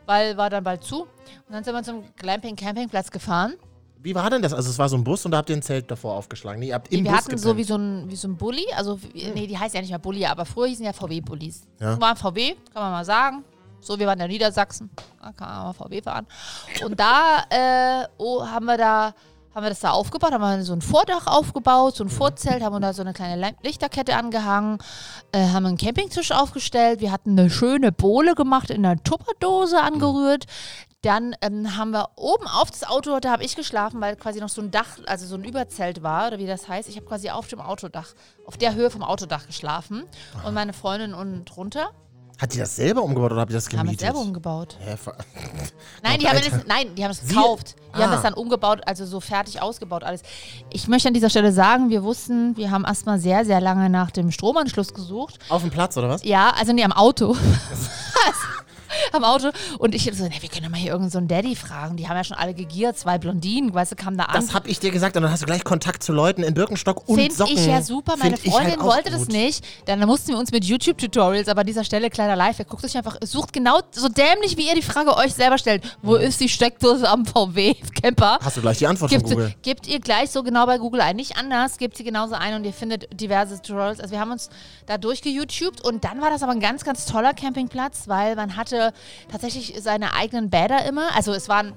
weil war dann bald zu. Und dann sind wir zum Glamping-Campingplatz gefahren. Wie war denn das? Also es war so ein Bus und da habt ihr ein Zelt davor aufgeschlagen. Nee, ihr habt im wir Bus hatten so wie gepennt. Hm. so ein, wie so ein Bulli, also wie- nee, die heißt ja nicht mehr Bulli, aber früher hießen ja VW-Bullis. Ja. War ein VW, kann man mal sagen. So, wir waren in Niedersachsen, da kann man mal VW fahren. Und da äh, oh, haben wir da haben wir das da aufgebaut, haben wir so ein Vordach aufgebaut, so ein Vorzelt, haben wir da so eine kleine Le- Lichterkette angehangen, äh, haben einen Campingtisch aufgestellt, wir hatten eine schöne Bohle gemacht, in einer Tupperdose Hm. angerührt. Dann ähm, haben wir oben auf das Auto, da habe ich geschlafen, weil quasi noch so ein Dach, also so ein Überzelt war oder wie das heißt. Ich habe quasi auf dem Autodach, auf der Höhe vom Autodach geschlafen und meine Freundin unten drunter Hat die das selber umgebaut oder habt ihr das haben es gemietet? selber umgebaut. Hä, ver- [laughs] Nein, die haben, das, nein, die haben es gekauft. Die haben Ah. das dann umgebaut, also so fertig ausgebaut alles. Ich möchte an dieser Stelle sagen, wir wussten, wir haben erstmal sehr, sehr lange nach dem Stromanschluss gesucht. Auf dem Platz oder was? Ja, also nee, am Auto. [laughs] am Auto. Und ich so, nee, wir können doch mal hier irgendeinen so einen Daddy fragen. Die haben ja schon alle gegiert, zwei Blondinen, weißt du, kamen da an. Das hab ich dir gesagt und dann hast du gleich Kontakt zu Leuten in Birkenstock und Find Socken. ich ja super. Meine Find ich Freundin halt auch wollte das gut. nicht. Dann mussten wir uns mit YouTube-Tutorials, aber an dieser Stelle kleiner Lifehack, guckt euch einfach, sucht genau so dämlich, wie ihr die Frage euch selber stellt. Wo ist die Steckdose am VW-Camper? Hast du gleich die Antwort von Google? Gebt, gebt ihr gleich so genau bei Google ein. Nicht anders, gebt sie genauso ein und ihr findet diverse Tutorials. Also wir haben uns da durchgeYouTubed und dann war das aber ein ganz, ganz toller Campingplatz, weil man hatte tatsächlich seine eigenen Bäder immer. Also es waren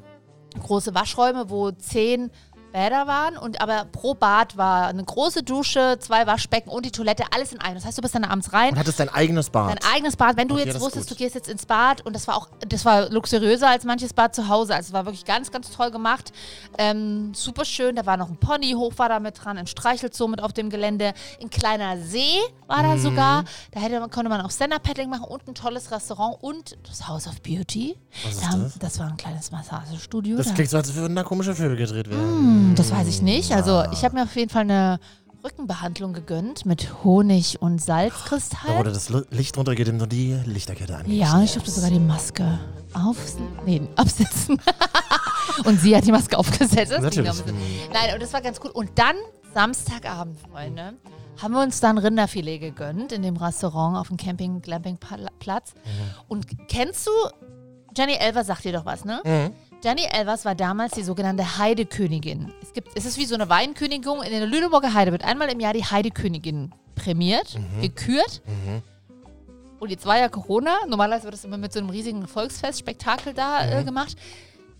große Waschräume, wo zehn Bäder waren und aber pro Bad war eine große Dusche, zwei Waschbecken und die Toilette, alles in einem. Das heißt, du bist dann abends rein. Und hattest dein eigenes Bad. Dein eigenes Bad. Wenn du Okay, das jetzt ist wusstest, du gut. gehst jetzt ins Bad und das war auch, das war luxuriöser als manches Bad zu Hause. Also es war wirklich ganz, ganz toll gemacht. Ähm, super schön. Da war noch ein Ponyhof war da mit dran, ein Streichelzoo mit auf dem Gelände, ein kleiner See war Mhm. da sogar. Da hätte man, konnte man auch Stand-Up-Paddling machen und ein tolles Restaurant und das House of Beauty. Was ist da haben, das? war ein kleines Massagestudio. Das da. klingt so, als würden da komische Filme gedreht werden. Hm, das weiß ich nicht. Also ich habe mir auf jeden Fall eine Rückenbehandlung gegönnt mit Honig und Da Salzkristall. wurde das Lu- Licht runtergedimmt und die Lichterkette angegeben. Ja, ich durfte sogar die Maske auf, nee, absetzen. und sie hat die Maske aufgesetzt. Das ging Natürlich. doch ein bisschen. Nein, und das war ganz cool. Und dann Samstagabend, Freunde, haben wir uns dann Rinderfilet gegönnt in dem Restaurant auf dem Camping, Glampingplatz. Und kennst du, Jenny Elvers sagt dir doch was, ne? Jenny Elvers war damals die sogenannte Heidekönigin. Es, gibt, es ist wie so eine Weinkönigung. In der Lüneburger Heide wird einmal im Jahr die Heidekönigin prämiert, gekürt. Und jetzt war ja Corona. Normalerweise wird das immer mit so einem riesigen Volksfest-Spektakel da Mhm. äh, gemacht.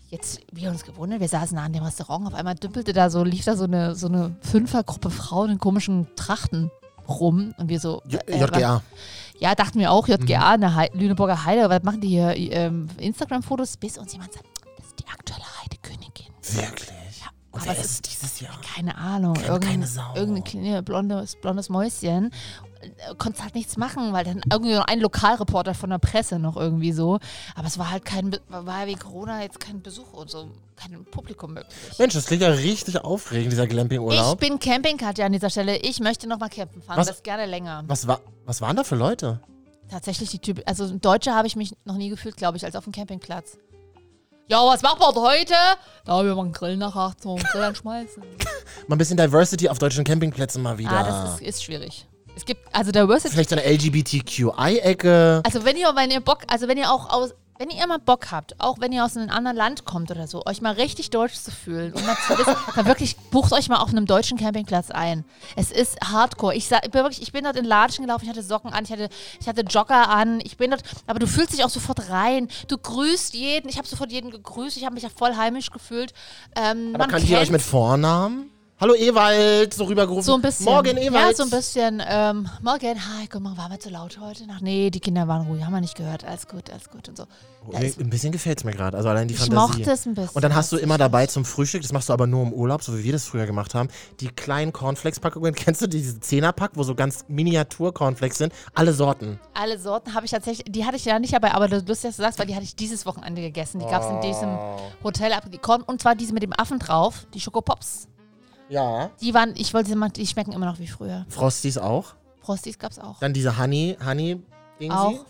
Jetzt, wir uns gewundert, wir saßen nah an dem Restaurant. Auf einmal dümpelte da so, lief da so eine, so eine Fünfergruppe Frauen in komischen Trachten rum. Und wir so. J Mhm. äh, JGA. ja, dachten wir auch, JGA, eine Hei- Lüneburger Heide, was machen die hier? Ähm, Instagram-Fotos, bis uns jemand sagt, das ist die aktuelle Heidekönigin. Wirklich. Und aber wer es ist dieses Jahr? Keine Ahnung, Keine- irgendein, keine Sau. irgendein kleines blondes, blondes Mäuschen. Äh, Konntest halt nichts machen, weil dann irgendwie noch ein Lokalreporter von der Presse noch irgendwie so. Aber es war halt kein, Be- war wegen Corona jetzt kein Besuch und so, kein Publikum möglich. Mensch, das klingt ja richtig aufregend, dieser Glamping-Urlaub. Ich bin Campingkarte an dieser Stelle. Ich möchte nochmal campen fahren, Was- das gerne länger. Was, war, was waren da für Leute? Tatsächlich die Typ. Also Deutsche habe ich mich noch nie gefühlt, glaube ich, als auf dem Campingplatz. Ja, was machen wir heute? Da wir mal einen Grill nach 18 Uhr [laughs] Grill anschmeißen. Mal ein bisschen Diversity auf deutschen Campingplätzen mal wieder. Ah, das ist, ist schwierig. Es gibt, also Diversity. Vielleicht so eine LGBTQI-Ecke. Also wenn ihr, wenn ihr Bock, also wenn ihr auch aus, wenn ihr mal Bock habt, auch wenn ihr aus einem anderen Land kommt oder so, euch mal richtig deutsch zu fühlen und mal zu [laughs] wissen, dann wirklich bucht euch mal auf einem deutschen Campingplatz ein. Es ist Hardcore. Ich, sag, ich bin wirklich, ich bin dort in Latschen gelaufen, ich hatte Socken an, ich hatte, ich hatte Jogger an, ich bin dort, aber du fühlst dich auch sofort rein. Du grüßt jeden, ich habe sofort jeden gegrüßt, ich habe mich ja voll heimisch gefühlt. Ähm, Aber man kann die euch kennt's. mit Vornamen? Hallo Ewald, so rübergerufen. So ein bisschen. Morgen Ewald. Ja, so ein bisschen. Ähm, morgen, hi, guck mal, waren wir zu laut heute? Ach nee, die Kinder waren ruhig, haben wir nicht gehört. Alles gut, alles gut und so. Oh, Da nee, ist, ein bisschen gefällt es mir gerade. Also allein die Also- ich Fantasie. mochte es ein bisschen. Und dann hast du immer dabei zum Frühstück, das machst du aber nur im Urlaub, so wie wir das früher gemacht haben, die kleinen Cornflakes-Packungen. [laughs] Kennst du diese Zehnerpack, wo so ganz Miniatur-Cornflakes sind? Alle Sorten. Alle Sorten habe ich tatsächlich, die hatte ich ja nicht dabei, aber das lustig, dass du sagst, weil die hatte ich dieses Wochenende gegessen. Die gab Oh. es in diesem Hotel abgekommen. Und zwar diese mit dem Affen drauf, die Schokopops. Ja. Die waren, ich wollte sie mal, die schmecken immer noch wie früher. Frosties auch. Frosties gab es auch. Dann diese Honey, Honey Dingsy. Auch.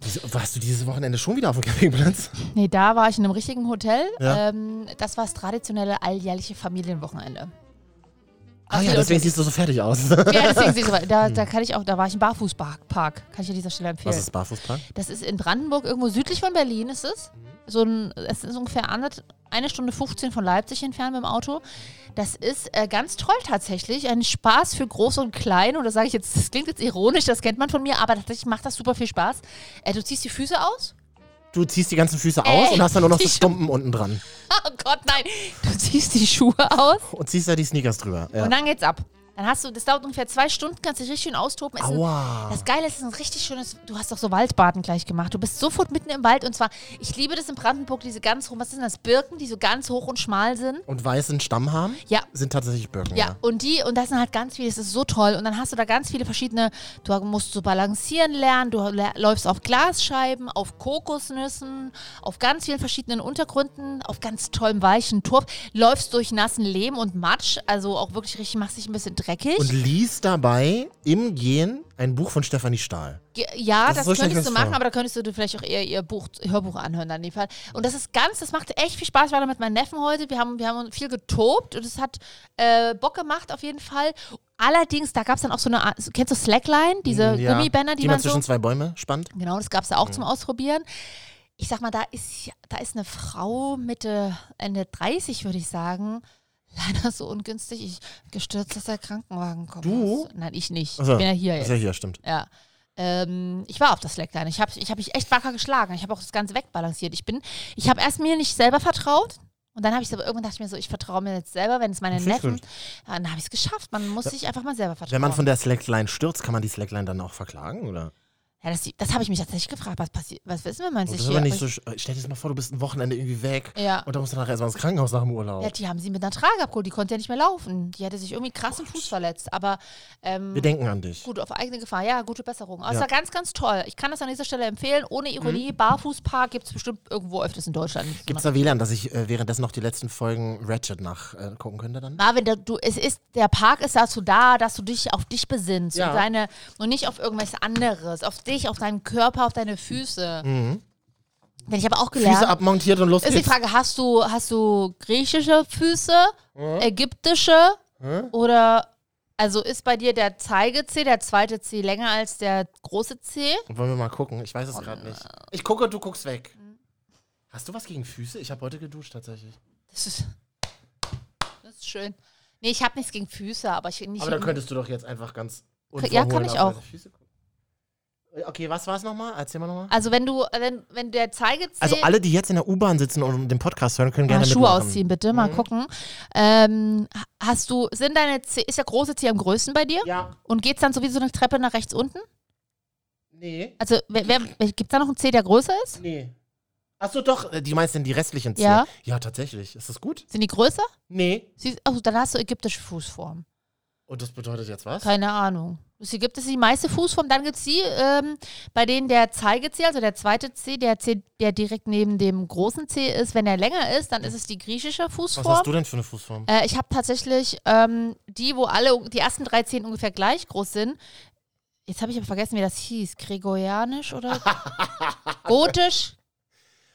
Wieso, warst du dieses Wochenende schon wieder auf dem Campingplatz? Nee, da war ich in einem richtigen Hotel. Ja. Ähm, das war das traditionelle alljährliche Familienwochenende. Ah ja, Absolut. deswegen siehst du so fertig aus. Ja, deswegen sehe ich, so- da, da kann ich auch, da war ich im Barfußpark, Park. kann ich an dieser Stelle empfehlen. [laughs] Hm. Was ist Barfußpark? Das ist in Brandenburg, irgendwo südlich von Berlin ist es. Mhm. So ein, es ist ungefähr ander- eine Stunde 15 von Leipzig entfernt mit dem Auto. Das ist äh, ganz toll tatsächlich. Ein Spaß für Groß und Klein. Und das sage ich jetzt, das klingt jetzt ironisch, das kennt man von mir, aber tatsächlich macht das super viel Spaß. Äh, du ziehst die Füße aus. [laughs] Du ziehst die ganzen Füße Ey, aus und hast dann nur noch [laughs] so ich- Stumpen unten dran. Oh Gott, nein. Du ziehst die Schuhe aus Und ziehst da die Sneakers drüber. Ja. und dann geht's ab. Dann hast du, das dauert ungefähr zwei Stunden, kannst dich richtig schön austoben. Es ist ein- Aua. Das Geile ist, es ist ein richtig schönes, du hast doch so Waldbaden gleich gemacht. Du bist sofort mitten im Wald und zwar, ich liebe das in Brandenburg, diese ganz hoch, was sind das, Birken, die so ganz hoch und schmal sind. Und weißen Stamm haben? Ja. Sind tatsächlich Birken. Ja, und die, und das sind halt ganz viele, es ist so toll. Und dann hast du da ganz viele verschiedene, du musst so balancieren lernen, du lä- läufst auf Glasscheiben, auf Kokosnüssen, auf ganz vielen verschiedenen Untergründen, auf ganz tollem weichen Turf, läufst durch nassen Lehm und Matsch, also auch wirklich richtig, machst dich ein bisschen dreckig. Und liest dabei im Gehen ein Buch von Stefanie Stahl. Ge- Ja, Das das, so stell ich mir könntest du das machen, vor. aber da könntest du dir vielleicht auch eher ihr Buch, Hörbuch anhören an dem Fall. Und das ist ganz, das macht echt viel Spaß. Ich war da mit meinen Neffen heute, wir haben, wir haben viel getobt und es hat äh, Bock gemacht auf jeden Fall. Allerdings, da gab es dann auch so eine, Art- kennst du Slackline, diese Mm, Ja. Gummibänder, die, die man, man zwischen Mm. so, zwei Bäume spannt. genau, das gab es da auch zum Ausprobieren. Ich sag mal, da ist, da ist eine Frau Mitte, Ende 30, würde ich sagen, leider so ungünstig, ich, gestürzt, dass der Krankenwagen kommt. Du? Nein, ich nicht. Achso. Ich bin ja hier jetzt. Ist ja hier, stimmt. Ja. Ähm, ich war auf das Slackline. Ich habe ich hab mich echt wacker geschlagen. Ich habe auch das Ganze wegbalanciert. Ich bin, ich habe erst mir nicht selber vertraut. Und dann habe ich es aber irgendwann dachte ich mir so, ich vertraue mir jetzt selber, wenn es meine Finde ich Neffen. gut. Dann habe ich es geschafft. Man muss sich einfach mal selber vertrauen. Wenn man von der Slackline stürzt, kann man die Slackline dann auch verklagen, oder? ja, das das habe ich mich tatsächlich gefragt. Was passiert? Was wissen wir, meinst Das du ist hier? aber nicht Also Aber so. sch- äh, Stell dir das mal vor, du bist ein Wochenende irgendwie weg. Ja. Und dann musst du nachher erstmal ins Krankenhaus nach dem ich- ja, Urlaub. die haben sie mit einer Trage abgeholt. Die konnte ja nicht mehr laufen. Die hatte sich irgendwie krass im Fuß verletzt. Aber ähm, Wir denken an dich. Gut, auf eigene Gefahr. Ja, gute Besserung. Aber es Ja. Mhm. war ganz, ganz toll. Ich kann das an dieser Stelle empfehlen. Ohne Ironie, Barfußpark gibt es bestimmt irgendwo öfters in Deutschland. Gibt es da WLAN, dass ich äh, währenddessen noch die letzten Folgen Ratchet nachgucken könnte dann? Marvin, der, du, es ist, der Park ist dazu da, dass du dich auf dich besinnst Ja. und, deine, und nicht auf irgendwas anderes. Auf dich, auf deinen Körper, auf deine Füße. Denn ich habe auch Mhm. Füße gelernt, abmontiert und los ist die geht's. Frage, hast du, hast du griechische Füße, Mhm. ägyptische oder also ist bei dir der Zeigezeh, der zweite Zeh länger als der große Zeh? Wollen wir mal gucken? Ich weiß Oh, es gerade nicht. Ich gucke, du guckst weg. Mhm. Hast du was gegen Füße? Ich habe heute geduscht tatsächlich. Das ist, das ist schön. Nee, ich habe nichts gegen Füße, aber ich nicht. Aber dann könntest du doch jetzt einfach ganz Ja, kann ich unverhohlen auf auch. meine Füße gucken. Äh, Okay, was war es nochmal? Erzähl mal nochmal. also wenn du, wenn, wenn der Zeigezeh. Also alle, die jetzt in der U-Bahn sitzen und den Podcast hören, können Mal gerne Schuhe mitmachen. Mhm. ausziehen, bitte, mal gucken. Ähm, ha- hast du, sind deine Zeh, ist der große Zeh am größten bei dir? Ja, Und geht's dann so wie so eine Treppe nach rechts unten? nee, Also wer, wer, gibt da noch einen Zeh, der größer ist? nee. Achso, doch, äh, die meinst denn die restlichen Zehen? Ja. Ja, tatsächlich. Ist das gut? Sind die größer? Nee. Sie, oh, dann hast du ägyptische Fußform. Und das bedeutet jetzt was? Keine Ahnung. Es gibt es die meiste Fußform, dann gibt es die, ähm, bei denen der Zeigezeh, also der zweite Zeh, der Zeh, der direkt neben dem großen Zeh ist, wenn er länger ist, dann ist es die griechische was Fußform. hast du denn für eine Fußform? Äh, ich habe tatsächlich ähm, die, wo alle, die ersten drei Zehen ungefähr gleich groß sind. Jetzt habe ich aber vergessen, wie das hieß. Gregorianisch [laughs] oder gotisch?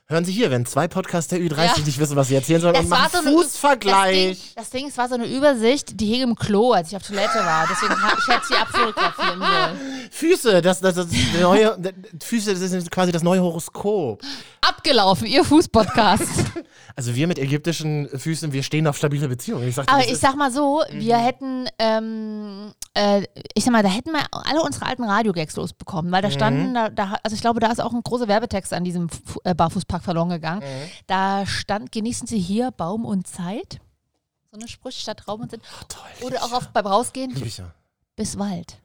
Hören Sie hier, wenn zwei Podcasts der Ü30 Ja. nicht wissen, was sie erzählen sollen, und machen eine- Fußvergleich. Das Ding, das Ding, es war so eine Übersicht, die hing im Klo, als ich auf Toilette war. Deswegen ha- ich hätte sie absolut kapieren [laughs] sollen. Füße, das, das, das die neue, [laughs] Füße, das ist quasi das neue Horoskop. Abgelaufen, ihr Fußpodcast. Also wir mit ägyptischen Füßen, wir stehen auf stabile Beziehungen. Ich sag dir, Aber das ich ist- Mhm. sag mal so, wir hätten, ähm, äh, ich sag mal, da hätten wir alle unsere alten Radiogags losbekommen, Mhm. weil da standen, da, da, also ich glaube, da ist auch ein großer Werbetext an diesem Fu- äh, Barfußpark verloren gegangen. Mhm. Da stand, genießen Sie hier Baum und Zeit. So eine Sprüche statt Raum und Sinn. toll. Oder auch auf, beim Rausgehen, [laughs] Lieb ich ja. bis Wald.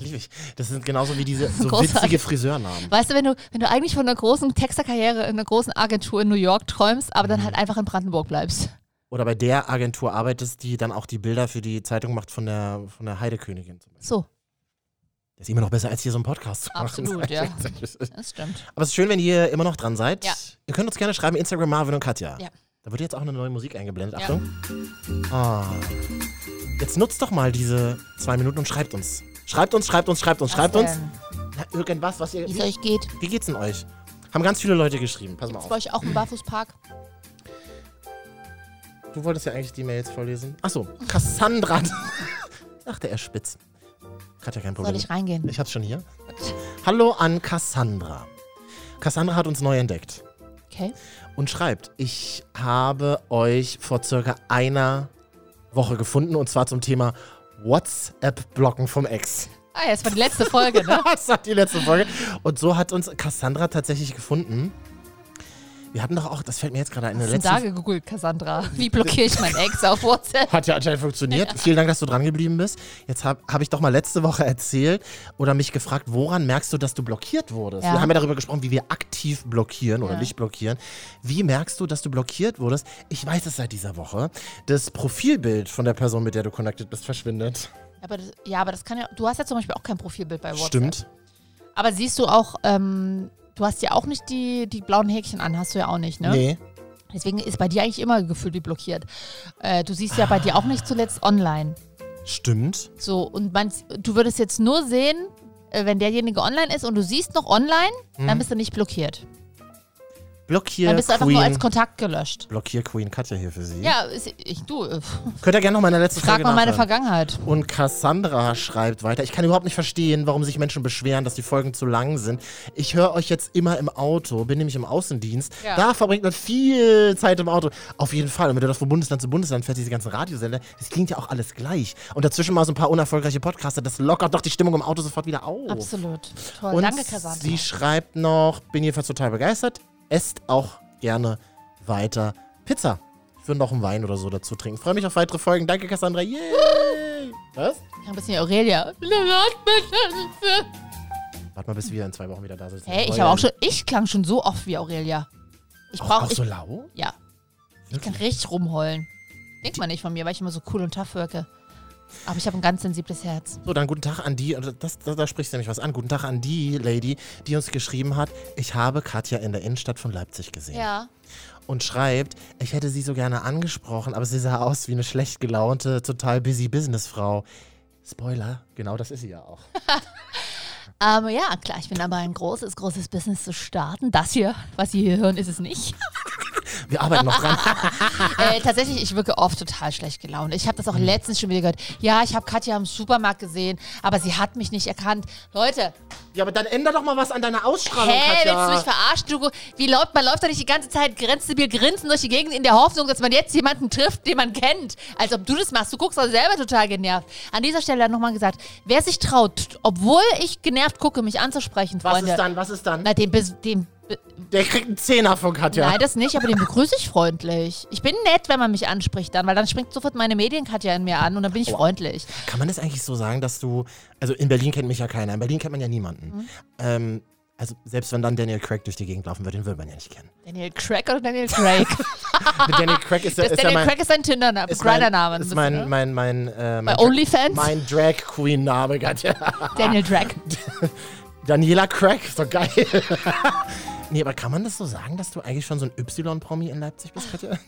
Lieb ich. Das sind genauso wie diese so Großartig. witzige Friseurnamen. Weißt du, wenn du, wenn du eigentlich von einer großen Texterkarriere in einer großen Agentur in New York träumst, aber Mhm. dann halt einfach in Brandenburg bleibst. Oder bei der Agentur arbeitest, die dann auch die Bilder für die Zeitung macht von der, von der Heidekönigin. zum Beispiel. So, Das ist immer noch besser, als hier so einen Podcast zu machen. Absolut, ja. das stimmt. [laughs] Aber es ist schön, wenn ihr immer noch dran seid. Ja. Ihr könnt uns gerne schreiben, Instagram Marvin und Katja. Ja. Da wird jetzt auch eine neue Musik eingeblendet. Ja. Achtung. Ah. Jetzt nutzt doch mal diese zwei Minuten und schreibt uns. Schreibt uns, schreibt uns, schreibt uns, schreibt Was uns. denn? Na, irgendwas, was ihr. Also, ähm, Wie es euch geht. Wie geht's denn euch? Haben ganz viele Leute geschrieben. Pass mal Ist auf. bei euch auch ein Barfußpark? Du wolltest ja eigentlich die Mails vorlesen. Achso, Cassandra. [laughs] Dachte er spitz. Hat ja kein Problem. Soll ich reingehen? Ich hab's schon hier. Hallo an Cassandra. Cassandra hat uns neu entdeckt Okay. und schreibt: Ich habe euch vor circa einer Woche gefunden und zwar zum Thema WhatsApp-Blocken vom Ex. [laughs] Ah, ja, das war die letzte Folge, [laughs] ne? das war die letzte Folge. Und so hat uns Cassandra tatsächlich gefunden. Wir hatten doch auch, das fällt mir jetzt gerade ein, in der Was ist letzten denn da gegoogelt, Cassandra? Wie blockiere ich meinen Ex auf WhatsApp? Hat ja anscheinend funktioniert. Vielen Dank, dass du dran geblieben bist. Jetzt habe hab ich doch mal letzte Woche erzählt oder mich gefragt, woran merkst du, dass du blockiert wurdest? Ja. Wir haben ja darüber gesprochen, wie wir aktiv blockieren oder Ja. nicht blockieren. Wie merkst du, dass du blockiert wurdest? Ich weiß es seit dieser Woche. Das Profilbild von der Person, mit der du connected bist, verschwindet. Aber das, ja, aber das kann ja. Du hast ja zum Beispiel auch kein Profilbild bei Äh, WhatsApp. Stimmt. Aber siehst du auch, ähm, du hast ja auch nicht die, die blauen Häkchen an, hast du ja auch nicht, ne? Nee. Deswegen ist bei dir eigentlich immer gefühlt wie blockiert. Äh, du siehst ja bei dir auch nicht zuletzt online. Stimmt. So, und man, du würdest jetzt nur sehen, äh, wenn derjenige online ist und du siehst noch online, dann bist du nicht blockiert. Blockier dann bist du einfach Queen. nur als Kontakt gelöscht. Blockier Queen Katja hier für Sie. Ja, ist, ich, du, äh, Könnt ihr gerne noch meine letzte frag Frage mal meine nachhören. Vergangenheit. Und Cassandra schreibt weiter, ich kann überhaupt nicht verstehen, warum sich Menschen beschweren, dass die Folgen zu lang sind. Ich höre euch jetzt immer im Auto, bin nämlich im Außendienst. Ja. Da verbringt man viel Zeit im Auto. Auf jeden Fall. Und wenn du das von Bundesland zu Bundesland fährst, diese ganzen Radiosender, das klingt ja auch alles gleich. Und dazwischen mal so ein paar unerfolgreiche Podcaster, das lockert doch die Stimmung im Auto sofort wieder auf. Absolut. Toll. Und Danke, Cassandra. sie schreibt noch, bin jedenfalls total begeistert, esst auch gerne weiter Pizza. Ich würde noch einen Wein oder so dazu trinken. Freue mich auf weitere Folgen. Danke, Cassandra. Yay! Was? Ich ein bisschen die Aurelia. Warte mal, bis wir in zwei Wochen wieder da sind. Hey, ich habe auch schon, ich klang schon so oft wie Aurelia. Ich Auch, brauche, auch ich, so lau? ja, ich kann richtig rumheulen. Denkt man nicht von mir, weil ich immer so cool und tough wirke. Aber ich habe ein ganz sensibles Herz. So, dann guten Tag an die, und das, da, da sprichst du nämlich was an. Guten Tag an die Lady, die uns geschrieben hat, ich habe Katja in der Innenstadt von Leipzig gesehen. Ja. Und schreibt, ich hätte sie so gerne angesprochen, aber sie sah aus wie eine schlecht gelaunte, total busy Businessfrau. Spoiler, genau das ist sie ja auch. Ähm, ja, klar, ich bin aber ein großes, großes Business zu starten. Das hier, was Sie hier hören, ist es nicht. Wir arbeiten [laughs] noch dran. Äh, tatsächlich, ich wirke oft total schlecht gelaunt. Ich habe das Hm. auch letztens schon wieder gehört. Ja, ich habe Katja im Supermarkt gesehen, aber sie hat mich nicht erkannt. Leute, ja, aber dann änder doch mal was an deiner Ausstrahlung, Hä, oh Katja. willst du mich verarschen, du? Wie läuft man läuft doch nicht die ganze Zeit grenzdebil grinsend durch die Gegend in der Hoffnung, dass man jetzt jemanden trifft, den man kennt. Als ob du das machst. Du guckst doch selber total genervt. An dieser Stelle nochmal gesagt, wer sich traut, obwohl ich genervt gucke, mich anzusprechen, was Freunde. ist dann, was ist dann? Na, den, bes- den be- Der kriegt einen Zehner von Katja. Nein, das nicht, aber den begrüße ich freundlich. Ich bin nett, wenn man mich anspricht dann, weil dann springt sofort meine Medienkatja in mir an und dann bin ich freundlich. Kann man das eigentlich so sagen, dass du. Also in Berlin kennt mich ja keiner. In Berlin kennt man ja niemanden. Mhm. Ähm, also selbst wenn dann Daniel Craig durch die Gegend laufen würde, den würde man ja nicht kennen. Daniel Craig oder Daniel [laughs] Craig? Ah, Mit Daniel Craig ist, ja- Das ist ja Daniel mein. Craig ist ein Tinder-Name, ist mein- Grinder-Name. ein Ist bisschen, mein, ne? mein, mein, äh, mein, Bei Dra- OnlyFans? mein Drag Queen-Name, Katja. [laughs] Daniel Drag. Daniela Craig, ist doch [laughs] geil. nee, aber kann man das so sagen, dass du eigentlich schon so ein Y-Promi in Leipzig bist, Katja?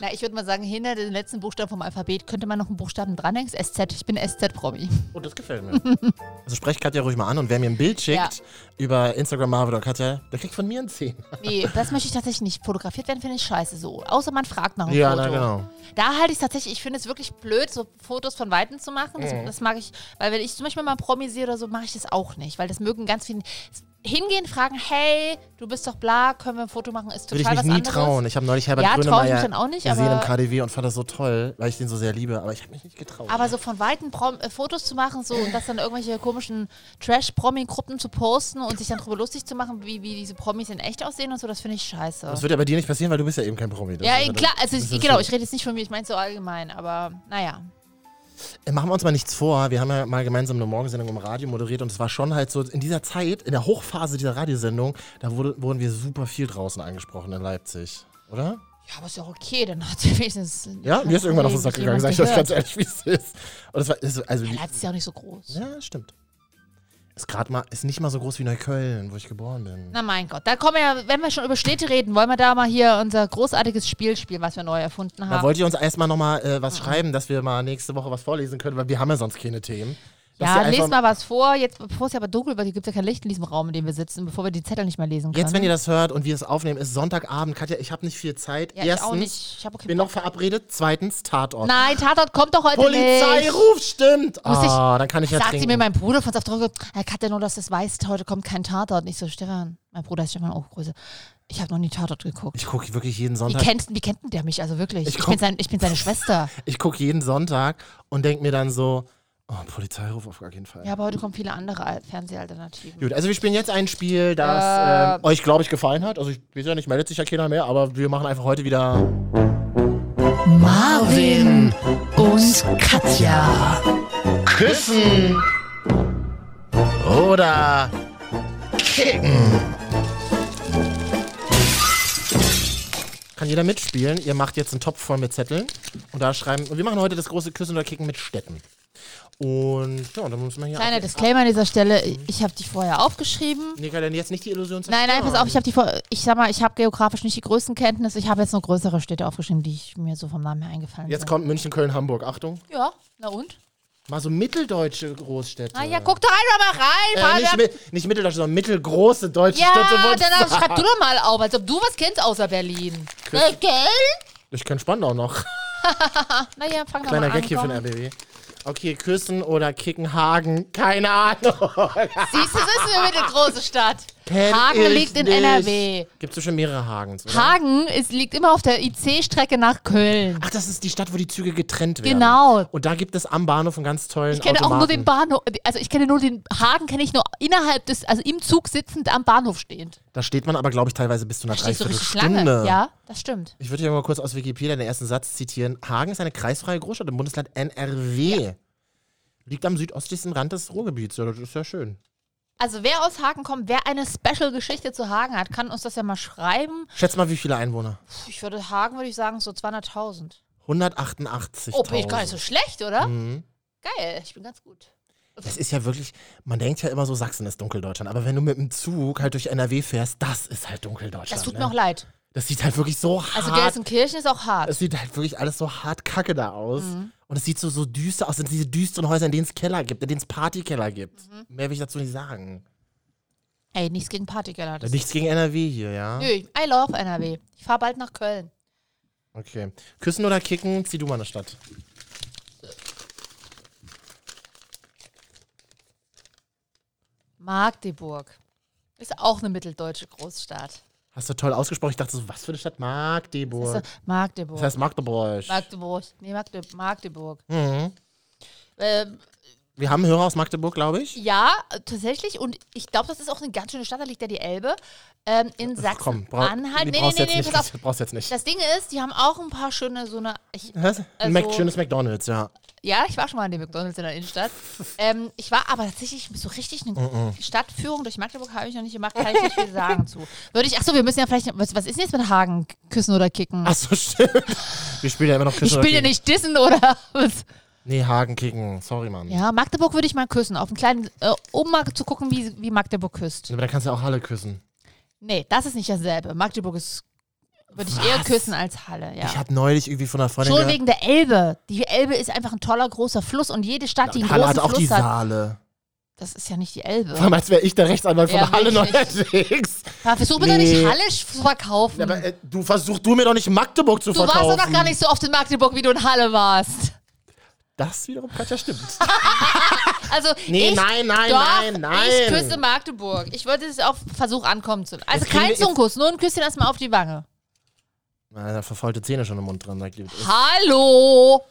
Na, ich würde mal sagen, hinter den letzten Buchstaben vom Alphabet könnte man noch einen Buchstaben dranhängen. Das SZ, ich bin SZ-Promi. Oh, das gefällt mir. [laughs] Also sprecht Katja ruhig mal an und wer mir ein Bild schickt Ja. über Instagram Marvel oder Katja, der kriegt von mir einen 10. [laughs] Nee, das möchte ich tatsächlich nicht. Fotografiert werden finde ich scheiße so. Außer man fragt nach einem Ja, Foto. na, genau. Da halte ich es tatsächlich, ich finde es wirklich blöd, so Fotos von Weitem zu machen. Das, Mhm. das mag ich, weil wenn ich zum Beispiel mal einen Promi sehe oder so, mache ich das auch nicht. Weil das mögen ganz viele hingehen, fragen, hey, du bist doch bla, können wir ein Foto machen? Ist Würde ich total mich was nie anderes. trauen. Ich habe neulich Herbert Ja, trau ich mich Grönemeyer dann auch nicht, gesehen im aber- KDW und fand das so toll, weil ich den so sehr liebe, aber ich habe mich nicht getraut. Aber so von Weitem Prom äh, Fotos zu machen so und das dann irgendwelche komischen Trash-Promi-Gruppen zu posten und sich dann drüber lustig zu machen, wie, wie diese Promis in echt aussehen und so, das finde ich scheiße. das wird ja bei dir nicht passieren, weil du bist ja eben kein Promi. Das ja, ist eh, das- klar, also das ich, ist genau, das- ich rede jetzt nicht von mir, ich meine so allgemein, aber naja. Äh, Machen wir uns mal nichts vor. Wir haben ja mal gemeinsam eine Morgensendung im Radio moderiert und es war schon halt so in dieser Zeit, in der Hochphase dieser Radiosendung, da wurde, wurden wir super viel draußen angesprochen in Leipzig. Oder? Ja, aber ist ja auch okay, dann hat sie wenigstens. Ja, mir ist irgendwann auf den Sack gegangen, sag ich euch ganz ganz ehrlich, wie es ist. Und das war, das ist also, Leipzig ist ja auch nicht so groß. ja, stimmt. Ist gerade mal, ist nicht mal so groß wie Neukölln, wo ich geboren bin. Na mein Gott, da kommen wir ja, wenn wir schon über Städte reden, wollen wir da mal hier unser großartiges Spiel spielen, was wir neu erfunden Da haben. wollt ihr uns erstmal nochmal äh, was schreiben, dass wir mal nächste Woche was vorlesen können, weil wir haben ja sonst keine Themen. Dass ihr Ja, einfach- lest mal was vor. Jetzt, bevor es ja aber dunkel wird, gibt es ja kein Licht in diesem Raum, in dem wir sitzen, bevor wir die Zettel nicht mehr lesen können. Jetzt, wenn ihr das hört und wir es aufnehmen, ist Sonntagabend. Katja, ich habe nicht viel Zeit. Ja, ich Erstens, auch nicht. Ich hab auch keinen bin noch verabredet. Zweitens, Tatort. Nein, Tatort kommt doch heute nicht. Polizeiruf stimmt. Muss ich- Ah, dann kann ich ja Sagt sie trinken. mir mein Bruder von Saftdrücke, Herr Katja, nur dass das weißt, heute kommt kein Tatort. Nicht so, Stefan, mein Bruder ist Stefan, oh, Grüße. Ich habe noch nie Tatort geguckt. ich gucke wirklich jeden Wie Sonntag. kennt, wie kennt denn der mich? Also wirklich. Ich Ich, guck- bin, sein, ich bin seine Schwester. Ich gucke jeden Sonntag und denke mir dann so, oh, Polizeiruf auf gar keinen Fall. Ja, aber heute kommen viele andere Al- Fernsehalternativen. Gut, also wir spielen jetzt ein Spiel, das ähm, euch, glaube ich, gefallen hat. Also ich weiß ja nicht, meldet sich ja keiner mehr, aber wir machen einfach heute wieder. Marvin und Katja. Küssen oder kicken. Kann jeder mitspielen. Ihr macht jetzt einen Topf voll mit Zetteln und da schreiben. Und wir machen heute das große Küssen oder Kicken mit Städten. Und ja, dann müssen wir hier. Kleiner Disclaimer an dieser Stelle, ich habe die vorher aufgeschrieben. Nee, kann denn jetzt nicht die Illusion Nein, nein, zerstören. pass auf, ich habe die vor, ich sag mal, ich habe geografisch nicht die größten Kenntnisse, ich habe jetzt nur größere Städte aufgeschrieben, die ich mir so vom Namen her eingefallen Jetzt sind. kommt München, Köln, Hamburg. Achtung. Ja, na und? Mal so mitteldeutsche Großstädte. Ah ja, guck doch einfach mal rein, Äh, Fabian. nicht, mi nicht mitteldeutsch, sondern mittelgroße deutsche Städte. ja, wollte ich dann sagen. schreib du doch mal auf, als ob du was kennst außer Berlin. Äh, gell? Ich kenne Spandau noch. Naja, fang doch mal Kleiner an. Gag hier von komm. RBW. Okay, küssen oder kicken Hagen. Keine Ahnung. Siehst du, das ist eine mittelgroße Stadt. Kenn Hagen ich liegt in nicht. NRW. Gibt's schon mehrere Hagens, oder? Hagen ist, liegt immer auf der IC-Strecke nach Köln. Ach, das ist die Stadt, wo die Züge getrennt werden. Genau. Und da gibt es am Bahnhof einen ganz tollen Ich kenne auch Automaten. nur den Bahnhof, also ich kenne nur den Hagen, kenne ich nur innerhalb des, also im Zug sitzend am Bahnhof stehend. Da steht man aber, glaube ich, teilweise bis zu einer Da stehst du richtig Dreiviertelstunde. lange. Ja, das stimmt. Ich würde hier mal kurz aus Wikipedia den ersten Satz zitieren. Hagen ist eine kreisfreie Großstadt im Bundesland NRW. Liegt am südöstlichsten Rand des Ruhrgebiets. Ja, das ist ja schön. Also wer aus Hagen kommt, wer eine Special-Geschichte zu Hagen hat, kann uns das ja mal schreiben. Schätz mal, wie viele Einwohner? Puh, Ich würde Hagen, würde ich sagen, so 200.000. 188. Oh, bin ich gar nicht so schlecht, oder? Mhm. Geil, ich bin ganz gut. Das ist ja wirklich, man denkt ja immer so, Sachsen ist Dunkeldeutschland. Aber wenn du mit dem Zug halt durch NRW fährst, das ist halt Dunkeldeutschland. Das tut ne? mir auch leid. Das sieht halt wirklich so hart. Also Gelsenkirchen ist auch es hart. sieht halt wirklich alles so hart kacke da aus. Mhm. Und es sieht so, so düster aus. Das sind diese düsteren Häuser, in denen es Keller gibt, in denen es Partykeller gibt. Mhm. Mehr will ich dazu nicht sagen. Ey, nichts gegen Partykeller. das- Nichts gegen NRW hier, ja? Nö, I love NRW. Ich fahre bald nach Köln. Okay. Küssen oder kicken, zieh du mal eine Stadt. Magdeburg. Ist auch eine mitteldeutsche Großstadt. Hast du toll ausgesprochen. Ich dachte so, was für eine Stadt? Ist Magdeburg. so- Magdeburg. Das heißt Magdeburg. Magdeburg. Nee, Magde Magdeburg. Mhm. Ähm, Wir haben einen Hörer aus Magdeburg, glaube ich. ja, tatsächlich. Und ich glaube, das ist auch eine ganz schöne Stadt. Da liegt ja die Elbe. Ähm, in Sachsen. Komm, bra Anhalt. Nee, nee, nee, brauchst nee, jetzt nee, nicht. pass auf. brauchst jetzt nicht. Das Ding ist, die haben auch ein paar schöne, so eine. Ich, Was? Ein Mac Also- schönes McDonalds, ja. Ja, ich war schon mal in dem McDonalds in der [laughs] Innenstadt. ähm, ich war aber tatsächlich so richtig eine Stadtführung durch Magdeburg habe ich noch nicht gemacht, kann ich nicht viel sagen zu. Würde ich, achso, wir müssen ja vielleicht, was, was ist denn jetzt mit Hagen? Küssen oder kicken? Achso, stimmt. Wir spielen ja immer noch Küssen ich oder will dir Kicken. nicht dissen oder [laughs] was? Nee, Hagen kicken. Sorry, Mann. Ja, Magdeburg würde ich mal küssen, auf einen kleinen, äh, um mal zu gucken, wie, wie Magdeburg küsst. Aber da kannst du ja auch Halle küssen. Nee, das ist nicht dasselbe. Magdeburg ist, würde ich eher küssen als Halle, ja. Ich habe neulich irgendwie von einer Freundin Schon gehört, wegen der Elbe. Die Elbe ist einfach ein toller, großer Fluss und jede Stadt, die einen Halle großen hat auch die Fluss hat. Saale. Das ist ja nicht die Elbe. Vor allem, als wäre ich der Rechtsanwalt von Ja, Halle wirklich. neuerdings. Ja, versuch bitte Nee. nicht Halle zu verkaufen. Ja, aber äh, du versuchst du mir doch nicht Magdeburg zu du warst verkaufen. doch noch gar nicht so oft in Magdeburg, wie du in Halle warst. Das wiederum kann [laughs] ja stimmt. Also Nee, ich, nein, nein, doch, nein, nein. Ich küsse Magdeburg. Ich würde es auf Versuch ankommen zu Also Jetzt kriegen kein wir- jetzt- Zungenkuss, nur ein Küsschen erstmal auf die Wange. Na, da verfaulte Zähne schon im Mund drin. Da gibt es- Hallo.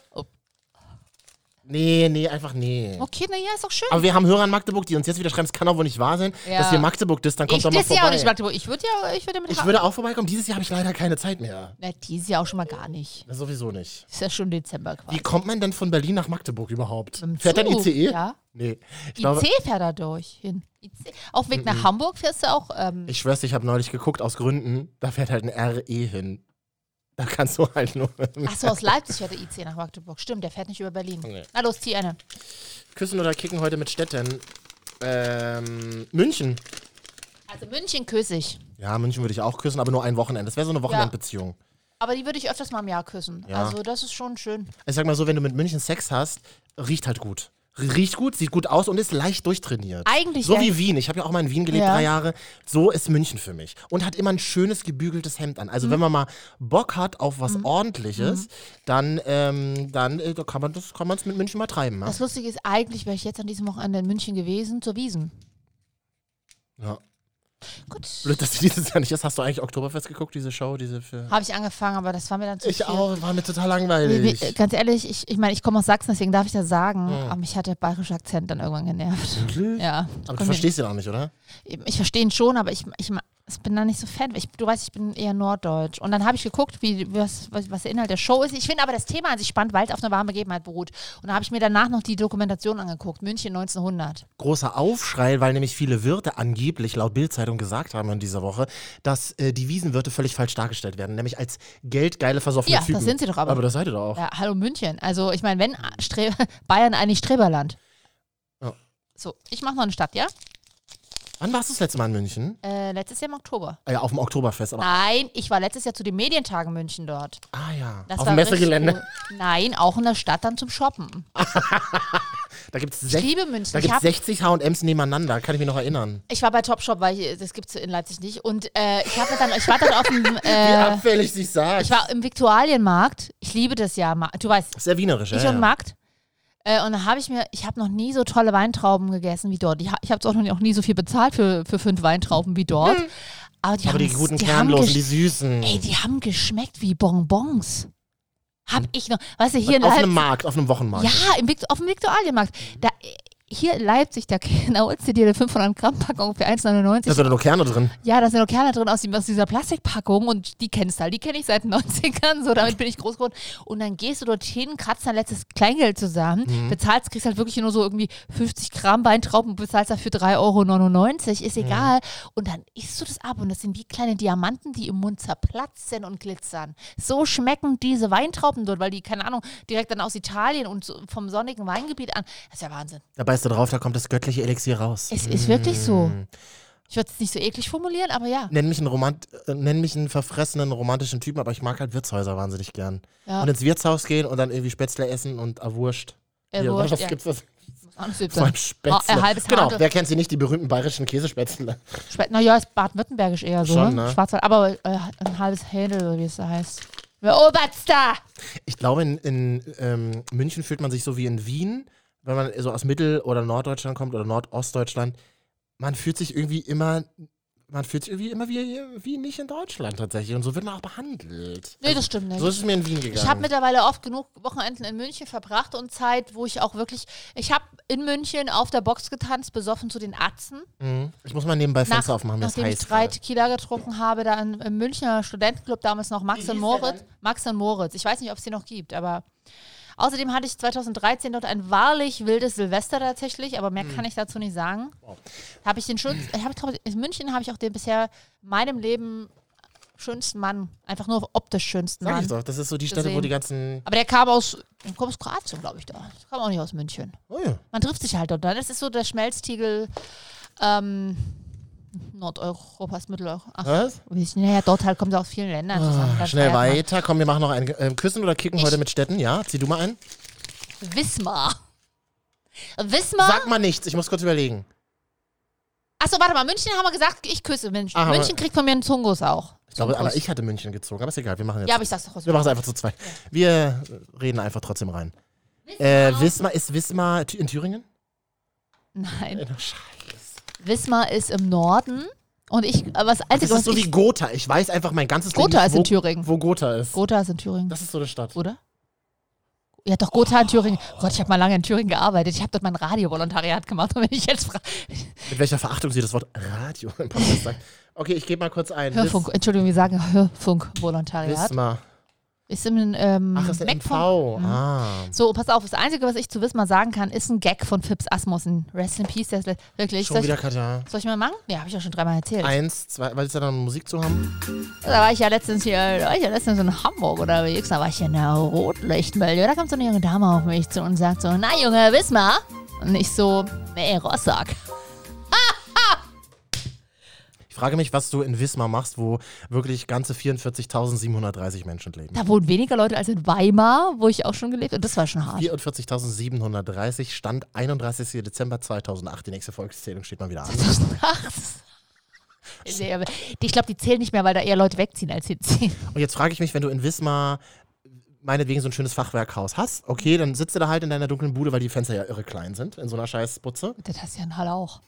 nee, nee, einfach nee. Okay, naja, ist doch schön. Aber wir haben Hörer in Magdeburg, die uns jetzt wieder schreiben, es kann doch wohl nicht wahr sein, Ja. dass wir Magdeburg disst, dann kommt ich doch mal disse ja vorbei. auch nicht Magdeburg. Ich würde ja, ich würde mit ich Ha- würde auch vorbeikommen, dieses Jahr habe ich leider keine Zeit mehr. Na, die ist ja auch schon mal gar nicht. Na, sowieso nicht. Ist ja schon Dezember quasi. Wie kommt man denn von Berlin nach Magdeburg überhaupt? Mit dem Fährt dann Zug, ICE? Ja. E Nee. Ich glaube, Hm, IC fährt da durch hin. IC. Auf Weg nach Hamburg fährst du auch. Ähm, ich schwör's, dir, ich habe neulich geguckt, aus Gründen, da fährt halt ein RE hin. Da kannst du halt nur. [laughs] Achso, aus Leipzig fährt der IC nach Magdeburg. Stimmt, der fährt nicht über Berlin. Nee. Na los, zieh eine. Küssen oder kicken heute mit Städten? Ähm, München. Also München küsse ich. Ja, München würde ich auch küssen, aber nur ein Wochenende. Das wäre so eine Wochenendbeziehung. Aber die würde ich öfters mal im Jahr küssen. Ja. Also das ist schon schön. Ich sag mal so, wenn du mit München Sex hast, riecht halt gut. Riecht gut, sieht gut aus und ist leicht durchtrainiert. Eigentlich So ja. wie Wien. Ich habe ja auch mal in Wien gelebt, Ja. drei Jahre. So ist München für mich. Und hat immer ein schönes gebügeltes Hemd an. Mhm. Also wenn man mal Bock hat auf was Ordentliches, dann, ähm, dann äh, da kann man das kann man es mit München mal treiben. ne? Ja? Das Lustige ist, eigentlich wäre ich jetzt an diesem Wochenende in München gewesen, zur Wiesen. ja. Gut. Blöd, dass du dieses Jahr nicht ist. Hast du eigentlich Oktoberfest geguckt, diese Show, diese für Habe ich angefangen, aber das war mir dann zu Ich viel. auch, war mir total Wie- langweilig. wie- Ganz ehrlich, ich, ich meine, ich komme aus Sachsen, deswegen darf ich das sagen, Ja. aber mich hat der bayerische Akzent dann irgendwann genervt. [laughs] Wirklich? Ja. Aber Komm du hier. verstehst ihn auch nicht, oder? Ich verstehe ihn schon, aber ich, ich, ich bin da nicht so Fan. Ich, du weißt, ich bin eher norddeutsch. Und dann habe ich geguckt, wie, was, was, was der Inhalt der Show ist. Ich finde aber das Thema an sich spannend, weil es auf einer warmen Begebenheit beruht. Und da habe ich mir danach noch die Dokumentation angeguckt, München 1900. großer Aufschrei, weil nämlich viele Wirte angeblich laut Bildzeitung gesagt haben in dieser Woche, dass äh, die Wiesenwirte völlig falsch dargestellt werden, nämlich als geldgeile versoffene Ja, Typen. das sind sie doch aber. Aber das seid ihr doch auch. Ja, hallo München. Also ich meine, wenn Stre [laughs] Bayern eigentlich Streberland. Ja. So, ich mache noch eine Stadt, ja? Wann warst du das letzte Mal in München? Äh, letztes Jahr im Oktober. Ah Ja, auf dem Oktoberfest, aber Nein, ich war letztes Jahr zu den Medientagen München dort. ah ja, Das auf war dem Messegelände. richtig cool. Nein, auch in der Stadt dann zum Shoppen. Da gibt's Ich sech- liebe München. Da Ich gibt's hab- 60 H&Ms nebeneinander, kann ich mich noch erinnern. Ich war bei Topshop, weil ich, das gibt es in Leipzig nicht. Und äh, ich, hab dann, ich war dann auf [laughs] dem. Wie Äh, abfällig sie sagt. ich war im Viktualienmarkt. Ich liebe das ja. Ma- Du weißt, Sehr wienerisch, ich ja, und ja. Markt. Äh, und da habe ich mir, ich habe noch nie so tolle Weintrauben gegessen wie dort. Ich, ha- ich habe es auch noch nie, auch nie so viel bezahlt für, für fünf Weintrauben wie dort. Aber die Hm. Aber haben, die guten die haben Kernlosen, gesch- die süßen. Ey, die haben geschmeckt wie Bonbons. Hab ich noch. Weißt du, hier in auf Leipzig. einem Hm. Markt, auf einem Wochenmarkt. halt Ja, im Vikt auf dem Viktualienmarkt. Da, hier in Leipzig, da, [laughs] da holst du dir eine 500-Gramm-Packung für 1,99. Da sind doch nur Kerne drin. Ja, da sind noch Kerne drin aus, dem- aus dieser Plastikpackung und die kennst du halt. Die kenne ich seit [laughs] den 90ern, so damit bin ich groß geworden. Und dann gehst du dorthin, kratzt dein letztes Kleingeld zusammen, Mhm. bezahlst, kriegst halt wirklich nur so irgendwie 50 Gramm Weintrauben, bezahlst dafür 3,99 Euro, ist egal. Und dann isst du das ab und das sind wie kleine Diamanten, die im Mund zerplatzen und glitzern. So schmecken diese Weintrauben dort, weil die, keine Ahnung, direkt dann aus Italien und so vom sonnigen Weingebiet an. Das ist ja Wahnsinn. Da beißt du drauf, da kommt das göttliche Elixier raus. Es ist wirklich so. Mm. Ich würde es nicht so eklig formulieren, aber ja. Nenn mich, einen Romant äh, nenn mich einen verfressenen romantischen Typen, aber ich mag halt Wirtshäuser wahnsinnig gern. Ja. Und ins Wirtshaus gehen und dann irgendwie Spätzle essen und erwurscht. Erwurscht, Hier, was äh, ja. gibt's was? Auch nicht so Vor allem sein. Spätzle. Ah, ein halbes genau, Harte. wer kennt sie nicht, die berühmten bayerischen Käsespätzle? Spe naja, ist baden-württembergisch eher so, Schon, ne? ne? Schwarzwald, aber äh, ein halbes Händel, oder wie es da heißt. Wer obert's da? Ich glaube, in, in ähm, München fühlt man sich so wie in Wien, wenn man so aus Mittel- oder Norddeutschland kommt oder Nordostdeutschland. Man fühlt sich irgendwie immer, man fühlt sich irgendwie immer wie, wie nicht in Deutschland tatsächlich. Und so wird man auch behandelt. Also Nee, das stimmt nicht. So ist es mir in Wien gegangen. Ich habe mittlerweile oft genug Wochenenden in München verbracht und Zeit, wo ich auch wirklich. Ich habe in München auf der Box getanzt, besoffen zu den Atzen. Mhm. Ich muss mal nebenbei Fenster Nach- aufmachen, mir ist nachdem ich heiß. drei Tequila getrunken habe, da in- im Münchner Studentenclub damals noch Max und Moritz. Max und Moritz. Ich weiß nicht, ob es die noch gibt, aber außerdem hatte ich 2013 dort ein wahrlich wildes Silvester tatsächlich, aber mehr Hm. kann ich dazu nicht sagen. Habe ich den schönsten, ich hab, glaub, in München habe ich auch den bisher in meinem Leben schönsten Mann, einfach nur optisch schönsten Sag Mann. ich doch, das ist so die Stelle, wo die ganzen- Aber der kam aus, der kommt aus Kroatien, glaube ich, da. Der kam auch nicht aus München. Oh ja. Man trifft sich halt dort. ne? Das ist so der Schmelztiegel ähm, Nordeuropas, Mitteleuropa. Ach, Was? Weiß ich nicht. Naja, dort halt kommt er aus vielen Ländern zusammen. Ah, Dann schnell feiert man. weiter. Komm, wir machen noch ein ähm, Küssen oder Kicken heute mit Städten. Ja, zieh du mal ein. Wismar. Wismar? Sag mal nichts, ich muss kurz überlegen. Achso, warte mal. München haben wir gesagt, ich küsse München. Ah, haben wir- München kriegt von mir einen Zungus auch. Ich glaube, Zungus. aber ich hatte München gezogen, aber ist egal, wir machen jetzt. Ja, aber ich sag's doch aus- Wir machen es einfach zu zwei. Wir äh, reden einfach trotzdem rein. Äh, Wismar, ist Wismar Thü- in Thüringen? Nein. Ach, Scheiße. Wismar ist im Norden. Und ich, aber das Das Einzige, ist was so ich, wie Gotha. Ich weiß einfach mein ganzes Gotha Leben, ist in Thüringen. Wo Gotha ist. Gotha ist in Thüringen. Das ist so eine Stadt. Oder? Ja, doch, Gotha in Thüringen. Gott, ich habe mal lange in Thüringen gearbeitet. Ich habe dort mein Radiovolontariat gemacht. Und wenn ich jetzt frage. Mit welcher Verachtung sie das Wort Radio im Podcast sagt. Okay, ich gebe mal kurz ein. Hörfunk, Entschuldigung, wir sagen Wis Hörfunkvolontariat. Wismar. Ist im ähm, Ach, ist der Mac MV. von- Hm. Ah. So, pass auf, das Einzige, was ich zu Wismar sagen kann, ist ein Gag von Fips Asmussen. Rest in Peace, der ist le- wirklich. Schon soll ich- wieder Katar. Soll ich mal machen? Ja, habe ich ja schon dreimal erzählt. Eins, zwei, weil es ja dann um Musik zu haben. Da war ich ja letztens hier, da war ich ja letztens in Hamburg unterwegs, da war ich ja in der Rotlichtmelde. Da kommt so eine junge Dame auf mich zu und sagt so, na Junge, Wismar? Und ich so, nee, Rossack. Ich Ich frage mich, was du in Wismar machst, wo wirklich ganze 44.730 Menschen leben. Da wohnen weniger Leute als in Weimar, wo ich auch schon gelebt habe. Und das war schon hart. 44.730 stand 31. Dezember 2008. Die nächste Volkszählung steht mal wieder an. Nee, aber Ich glaube, die zählen nicht mehr, weil da eher Leute wegziehen als hinziehen. Und jetzt frage ich mich, wenn du in Wismar meinetwegen so ein schönes Fachwerkhaus hast, okay, dann sitzt du da halt in deiner dunklen Bude, weil die Fenster ja irre klein sind, in so einer scheiß Butze. [laughs] Das hast du ja in Halle auch.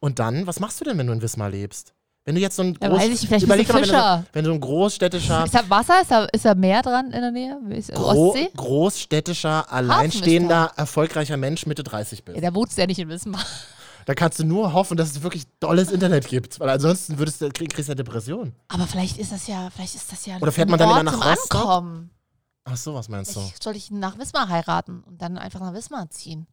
Und dann, was machst du denn, wenn du in Wismar lebst? Wenn du jetzt so ein Ja, weiß ich, vielleicht überleg bist du doch mal, wenn Fischer. du so, wenn du ein großstädtischer Ist da Wasser? Ist da, ist da Meer dran in der Nähe? Ist, Gro Ostsee? großstädtischer, alleinstehender, erfolgreicher Mensch Mitte 30 bist. Ja, da wohnst du ja nicht in Wismar. Da kannst du nur hoffen, dass es wirklich dolles Internet gibt, weil ansonsten würdest du, krieg, kriegst du eine Depression. Aber vielleicht ist das ja, vielleicht ist das ja Oder fährt ein man dann Ort wieder nach zum Rostock? Ankommen. Ach so, was meinst du? Soll ich nach Wismar heiraten und dann einfach nach Wismar ziehen?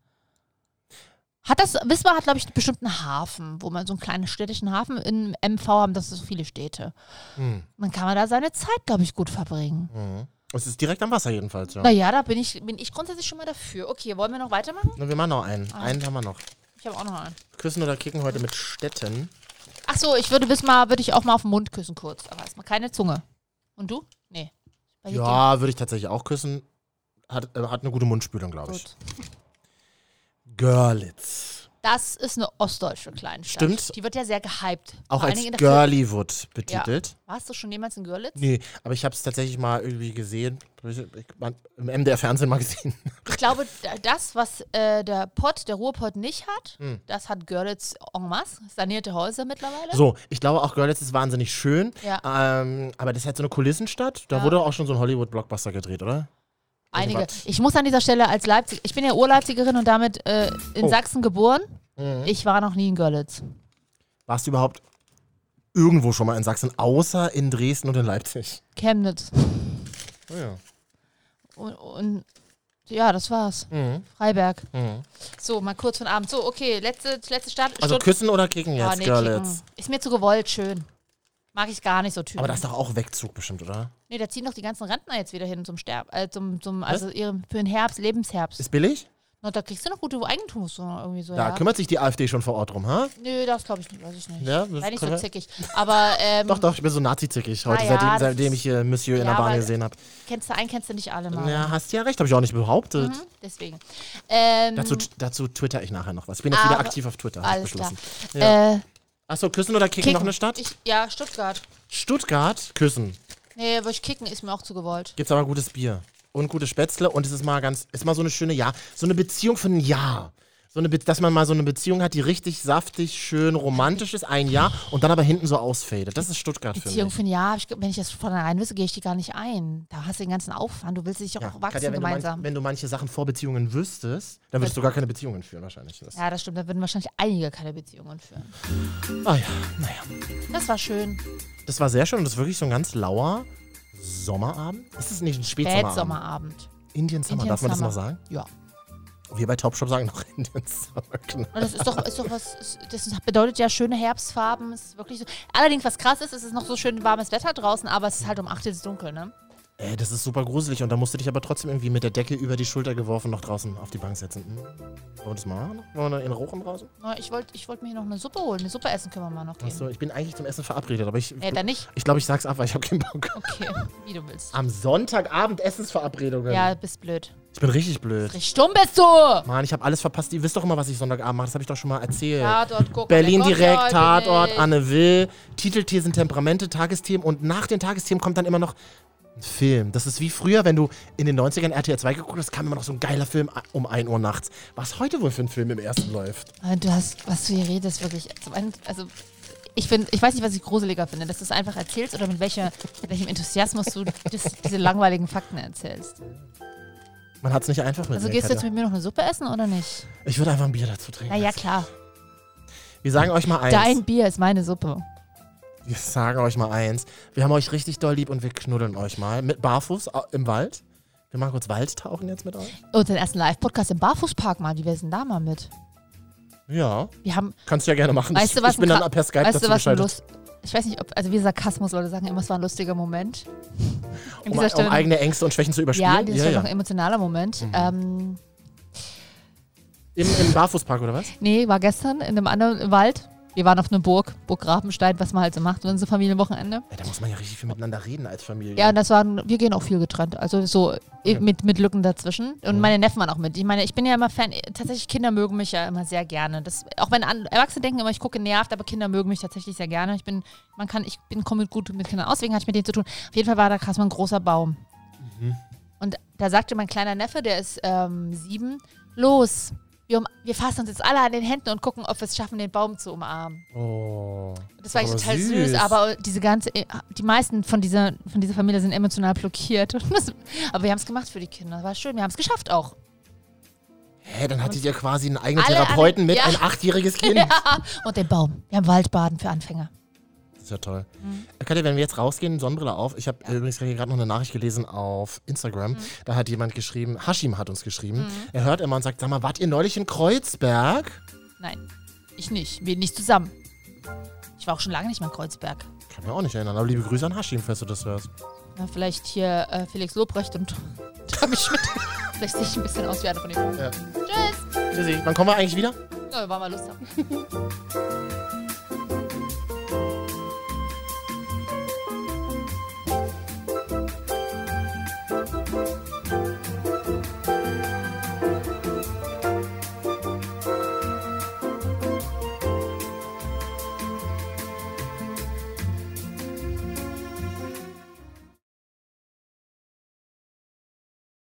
Hat das, Wismar hat, glaube ich, einen bestimmten Hafen, wo man so einen kleinen städtischen Hafen in MV haben, das sind so viele Städte. Hm. Dann kann man da seine Zeit, glaube ich, gut verbringen. Mhm. Es ist direkt am Wasser jedenfalls, ja. Naja, da bin ich, bin ich grundsätzlich schon mal dafür. Okay, wollen wir noch weitermachen? Na, wir machen noch einen. Ah. Einen haben wir noch. Ich habe auch noch einen. Küssen oder kicken heute mit Städten. Ach so, ich würde Wismar, würde ich auch mal auf den Mund küssen kurz, aber erstmal keine Zunge. Und du? Nee. Bei dir geht- Ja, würde ich tatsächlich auch küssen. Hat, äh, hat eine gute Mundspülung, glaube ich. Gut. Görlitz. Das ist eine ostdeutsche Kleinstadt. Stimmt. Die wird ja sehr gehypt. Auch Vor allen als Dingen in der Film- Girlywood betitelt. Ja. Warst du schon jemals in Görlitz? Nee, aber ich habe es tatsächlich mal irgendwie gesehen. Ich, ich, mein, Im MDR-Fernsehen [laughs] mal gesehen. Ich glaube, da- das, was äh, der Pott, der Ruhrpott nicht hat, Hm. das hat Görlitz en masse. Sanierte Häuser mittlerweile. So, ich glaube auch Görlitz ist wahnsinnig schön. Ja. Ähm, aber das ist halt so eine Kulissenstadt. Da Ja. wurde auch schon so ein Hollywood-Blockbuster gedreht, oder? Einige. Irgendwas. Ich muss an dieser Stelle als Leipzig, ich bin ja Urleipzigerin und damit äh, in Oh. Sachsen geboren. Mhm. Ich war noch nie in Görlitz. Warst du überhaupt irgendwo schon mal in Sachsen, außer in Dresden und in Leipzig? Chemnitz. Oh ja. Und, und ja, das war's. Mhm. Freiberg. Mhm. So, mal kurz von Abend. So, okay, letzte, letzte Stadt. Also Stutt- küssen oder kicken jetzt, Ah, nee, Görlitz? kicken. Ist mir zu gewollt, schön. Mag ich gar nicht so Typen. Aber das ist doch auch Wegzug bestimmt, oder? Nee, da ziehen doch die ganzen Rentner jetzt wieder hin zum Sterben, äh, zum, zum, also ihrem, für den Herbst, Lebensherbst. Ist billig? Na, da kriegst du noch gute Eigentums irgendwie so. Da ja. kümmert sich die AfD schon vor Ort drum, ha? Nö, das glaube ich nicht, weiß ich nicht. Ja, das Sei nicht so können wir- zickig. Aber ähm, [laughs] Doch, doch, ich bin so nazi-zickig heute, Ah ja, seitdem, das- seitdem ich äh, Monsieur in Ja, der Bahn aber- gesehen habe. kennst du einen, kennst du nicht alle mal. Ja, hast ja recht, habe ich auch nicht behauptet. Mhm, deswegen. Ähm, Dazu, dazu twitter ich nachher noch was. Ich bin jetzt wieder Aber- aktiv auf Twitter, hab ich alles klar. beschlossen. Ja. Äh, Achso, küssen oder kicken, noch eine Stadt? Ich, ja, Stuttgart. Stuttgart, küssen. Nee, wo ich kicken ist mir auch zu gewollt. Gibt's aber gutes Bier und gute Spätzle und es ist mal ganz, ist mal so eine schöne Jahr, so eine Beziehung für ein Jahr. So eine, Be- dass man mal so eine Beziehung hat, die richtig saftig, schön, romantisch ist, ein Jahr und dann aber hinten so ausfadet. Das ist Stuttgart Beziehung für für ein Jahr, hab ich, ge- wenn ich das von rein wüsste, gehe ich die gar nicht ein. Da hast du den ganzen Aufwand, du willst dich doch mich. auch Ja, wachsen Katja, wenn, du manch, gemeinsam. wenn du manche Sachen vor Beziehungen wüsstest, dann würdest du gar keine Beziehungen führen wahrscheinlich. Das. ja, das stimmt, da würden wahrscheinlich einige keine Beziehungen führen. Ah ja, naja. Das war schön. Das war sehr schön und das ist wirklich so ein ganz lauer Sommerabend. Ist es nicht ein Spätsommerabend? Spätsommerabend. Indian Summer, Indian darf man Summer. das noch sagen? Ja. Wir bei Topshop sagen noch [laughs] Indian Summer. Genau. Und das ist doch, ist doch was, ist- das bedeutet ja schöne Herbstfarben. Es Ist wirklich so. Allerdings, was krass ist, es ist noch so schön warmes Wetter draußen, aber es ist halt um 8 Uhr jetzt dunkel, ne? Ey, Äh, das ist super gruselig und da musst du dich aber trotzdem irgendwie mit der Decke über die Schulter geworfen noch draußen auf die Bank setzen. Hm. Wollen wir das mal machen? Wollen wir in Rochen draußen? Na, Oh, Ich wollte ich wollt mir hier noch eine Suppe holen. Eine Suppe essen können wir mal noch gehen. Achso, ich bin eigentlich zum Essen verabredet, aber ich. Nee, dann nicht. Ich glaube, ich sag's ab, weil ich habe keinen Bock. Äh. Okay, wie du willst. Am Sonntagabend Essensverabredungen. Ja, bist blöd. Ich bin richtig blöd. Richtig stumm bist du! Mann, ich habe alles verpasst. Ihr wisst doch immer, was ich Sonntagabend mache. Das habe ich doch schon mal erzählt. Tatort gucken. Oh, Berlin der kommt ja direkt, heute Tatort, nicht. Anne Will. Titelthesen, Temperamente, Tagesthemen. Und nach den Tagesthemen kommt dann immer noch ein Film. Das ist wie früher, wenn du in den 90ern RTL 2 geguckt hast, kam immer noch so ein geiler Film um 1 Uhr nachts. Was heute wohl für ein Film im ersten läuft? Nein, Du hast, was du hier redest, wirklich. Zum einen, also, ich, find, ich weiß nicht, was ich gruseliger finde, dass du es einfach erzählst oder mit, welcher, mit welchem Enthusiasmus du das, diese langweiligen Fakten erzählst. Man hat's nicht einfach mit Also mir, gehst du jetzt Katja. mit mir noch eine Suppe essen oder nicht? Ich würde einfach ein Bier dazu trinken. Naja, klar. Wir sagen euch mal eins. Dein Bier ist meine Suppe. Wir sagen euch mal eins. Wir haben euch richtig doll lieb und wir knuddeln euch mal. Mit Barfuß au- im Wald. Wir machen kurz Waldtauchen jetzt mit euch. Und Oh, den ersten Live-Podcast im Barfußpark mal. Wie wär's denn da mal mit? Ja. Wir haben. Kannst du ja gerne machen. Weißt ich, du, was ich bin ein dann Kra- per Skype weißt dazu du, was ein geschaltet. Lust. Ich weiß nicht, ob. Also, wir Sarkasmus-Leute sagen immer, es war ein lustiger Moment. An um, um eigene Ängste und Schwächen zu überspielen. Ja, das ist noch ein emotionaler Moment. Ähm, Im, Im Barfußpark oder was? nee, war gestern in einem anderen Wald. Wir waren auf einer Burg, Burg Grafenstein, was man halt so macht, wenn so Familienwochenende. Ja, da muss man ja richtig viel miteinander reden als Familie. Ja, und das waren, wir gehen auch viel getrennt. Also so eh, mit, mit Lücken dazwischen. Und meine Neffen waren auch mit. Ich meine, ich bin ja immer Fan, tatsächlich Kinder mögen mich ja immer sehr gerne. Das, auch wenn an, Erwachsene denken immer, ich gucke nervt, aber Kinder mögen mich tatsächlich sehr gerne. Ich bin, man kann, ich bin, komme gut mit Kindern aus, deswegen hatte ich mit denen zu tun. Auf jeden Fall war da krass mal ein großer Baum. Mhm. Und da sagte mein kleiner Neffe, der ist ähm, sieben, los, wir, um, wir fassen uns jetzt alle an den Händen und gucken, ob wir es schaffen, den Baum zu umarmen. Oh. Das war ist echt aber total süß. aber diese ganze, äh, die meisten von dieser, von dieser Familie sind emotional blockiert. [laughs] Und das- aber wir haben es gemacht für die Kinder. War schön, wir haben es geschafft auch. Hä, dann hattet ihr quasi einen eigenen Alle- alle- Therapeuten mit, ja. ein [laughs] achtjähriges Kind. Ja. Und den Baum. Wir haben Waldbaden für Anfänger. Das ist ja toll. Äh, Katja, wenn wir jetzt rausgehen, Sonnenbrille auf. Ich habe übrigens gerade noch eine Nachricht gelesen auf Instagram. Mhm. Da hat jemand geschrieben, Hashim hat uns geschrieben. Er hört immer und sagt, sag mal, wart ihr neulich in Kreuzberg? Nein, ich nicht. Wir nicht zusammen. Ich war auch schon lange nicht mehr in Kreuzberg. Kann mir auch nicht erinnern, aber liebe Grüße an Hashim, falls du das hörst. Na, vielleicht hier äh, Felix Lobrecht und [laughs] Tommy Schmidt. vielleicht sehe ich ein bisschen aus wie einer von den beiden. Ja. Tschüss. Tschüssi. Wann kommen wir eigentlich wieder? Na, wir waren mal Lust haben.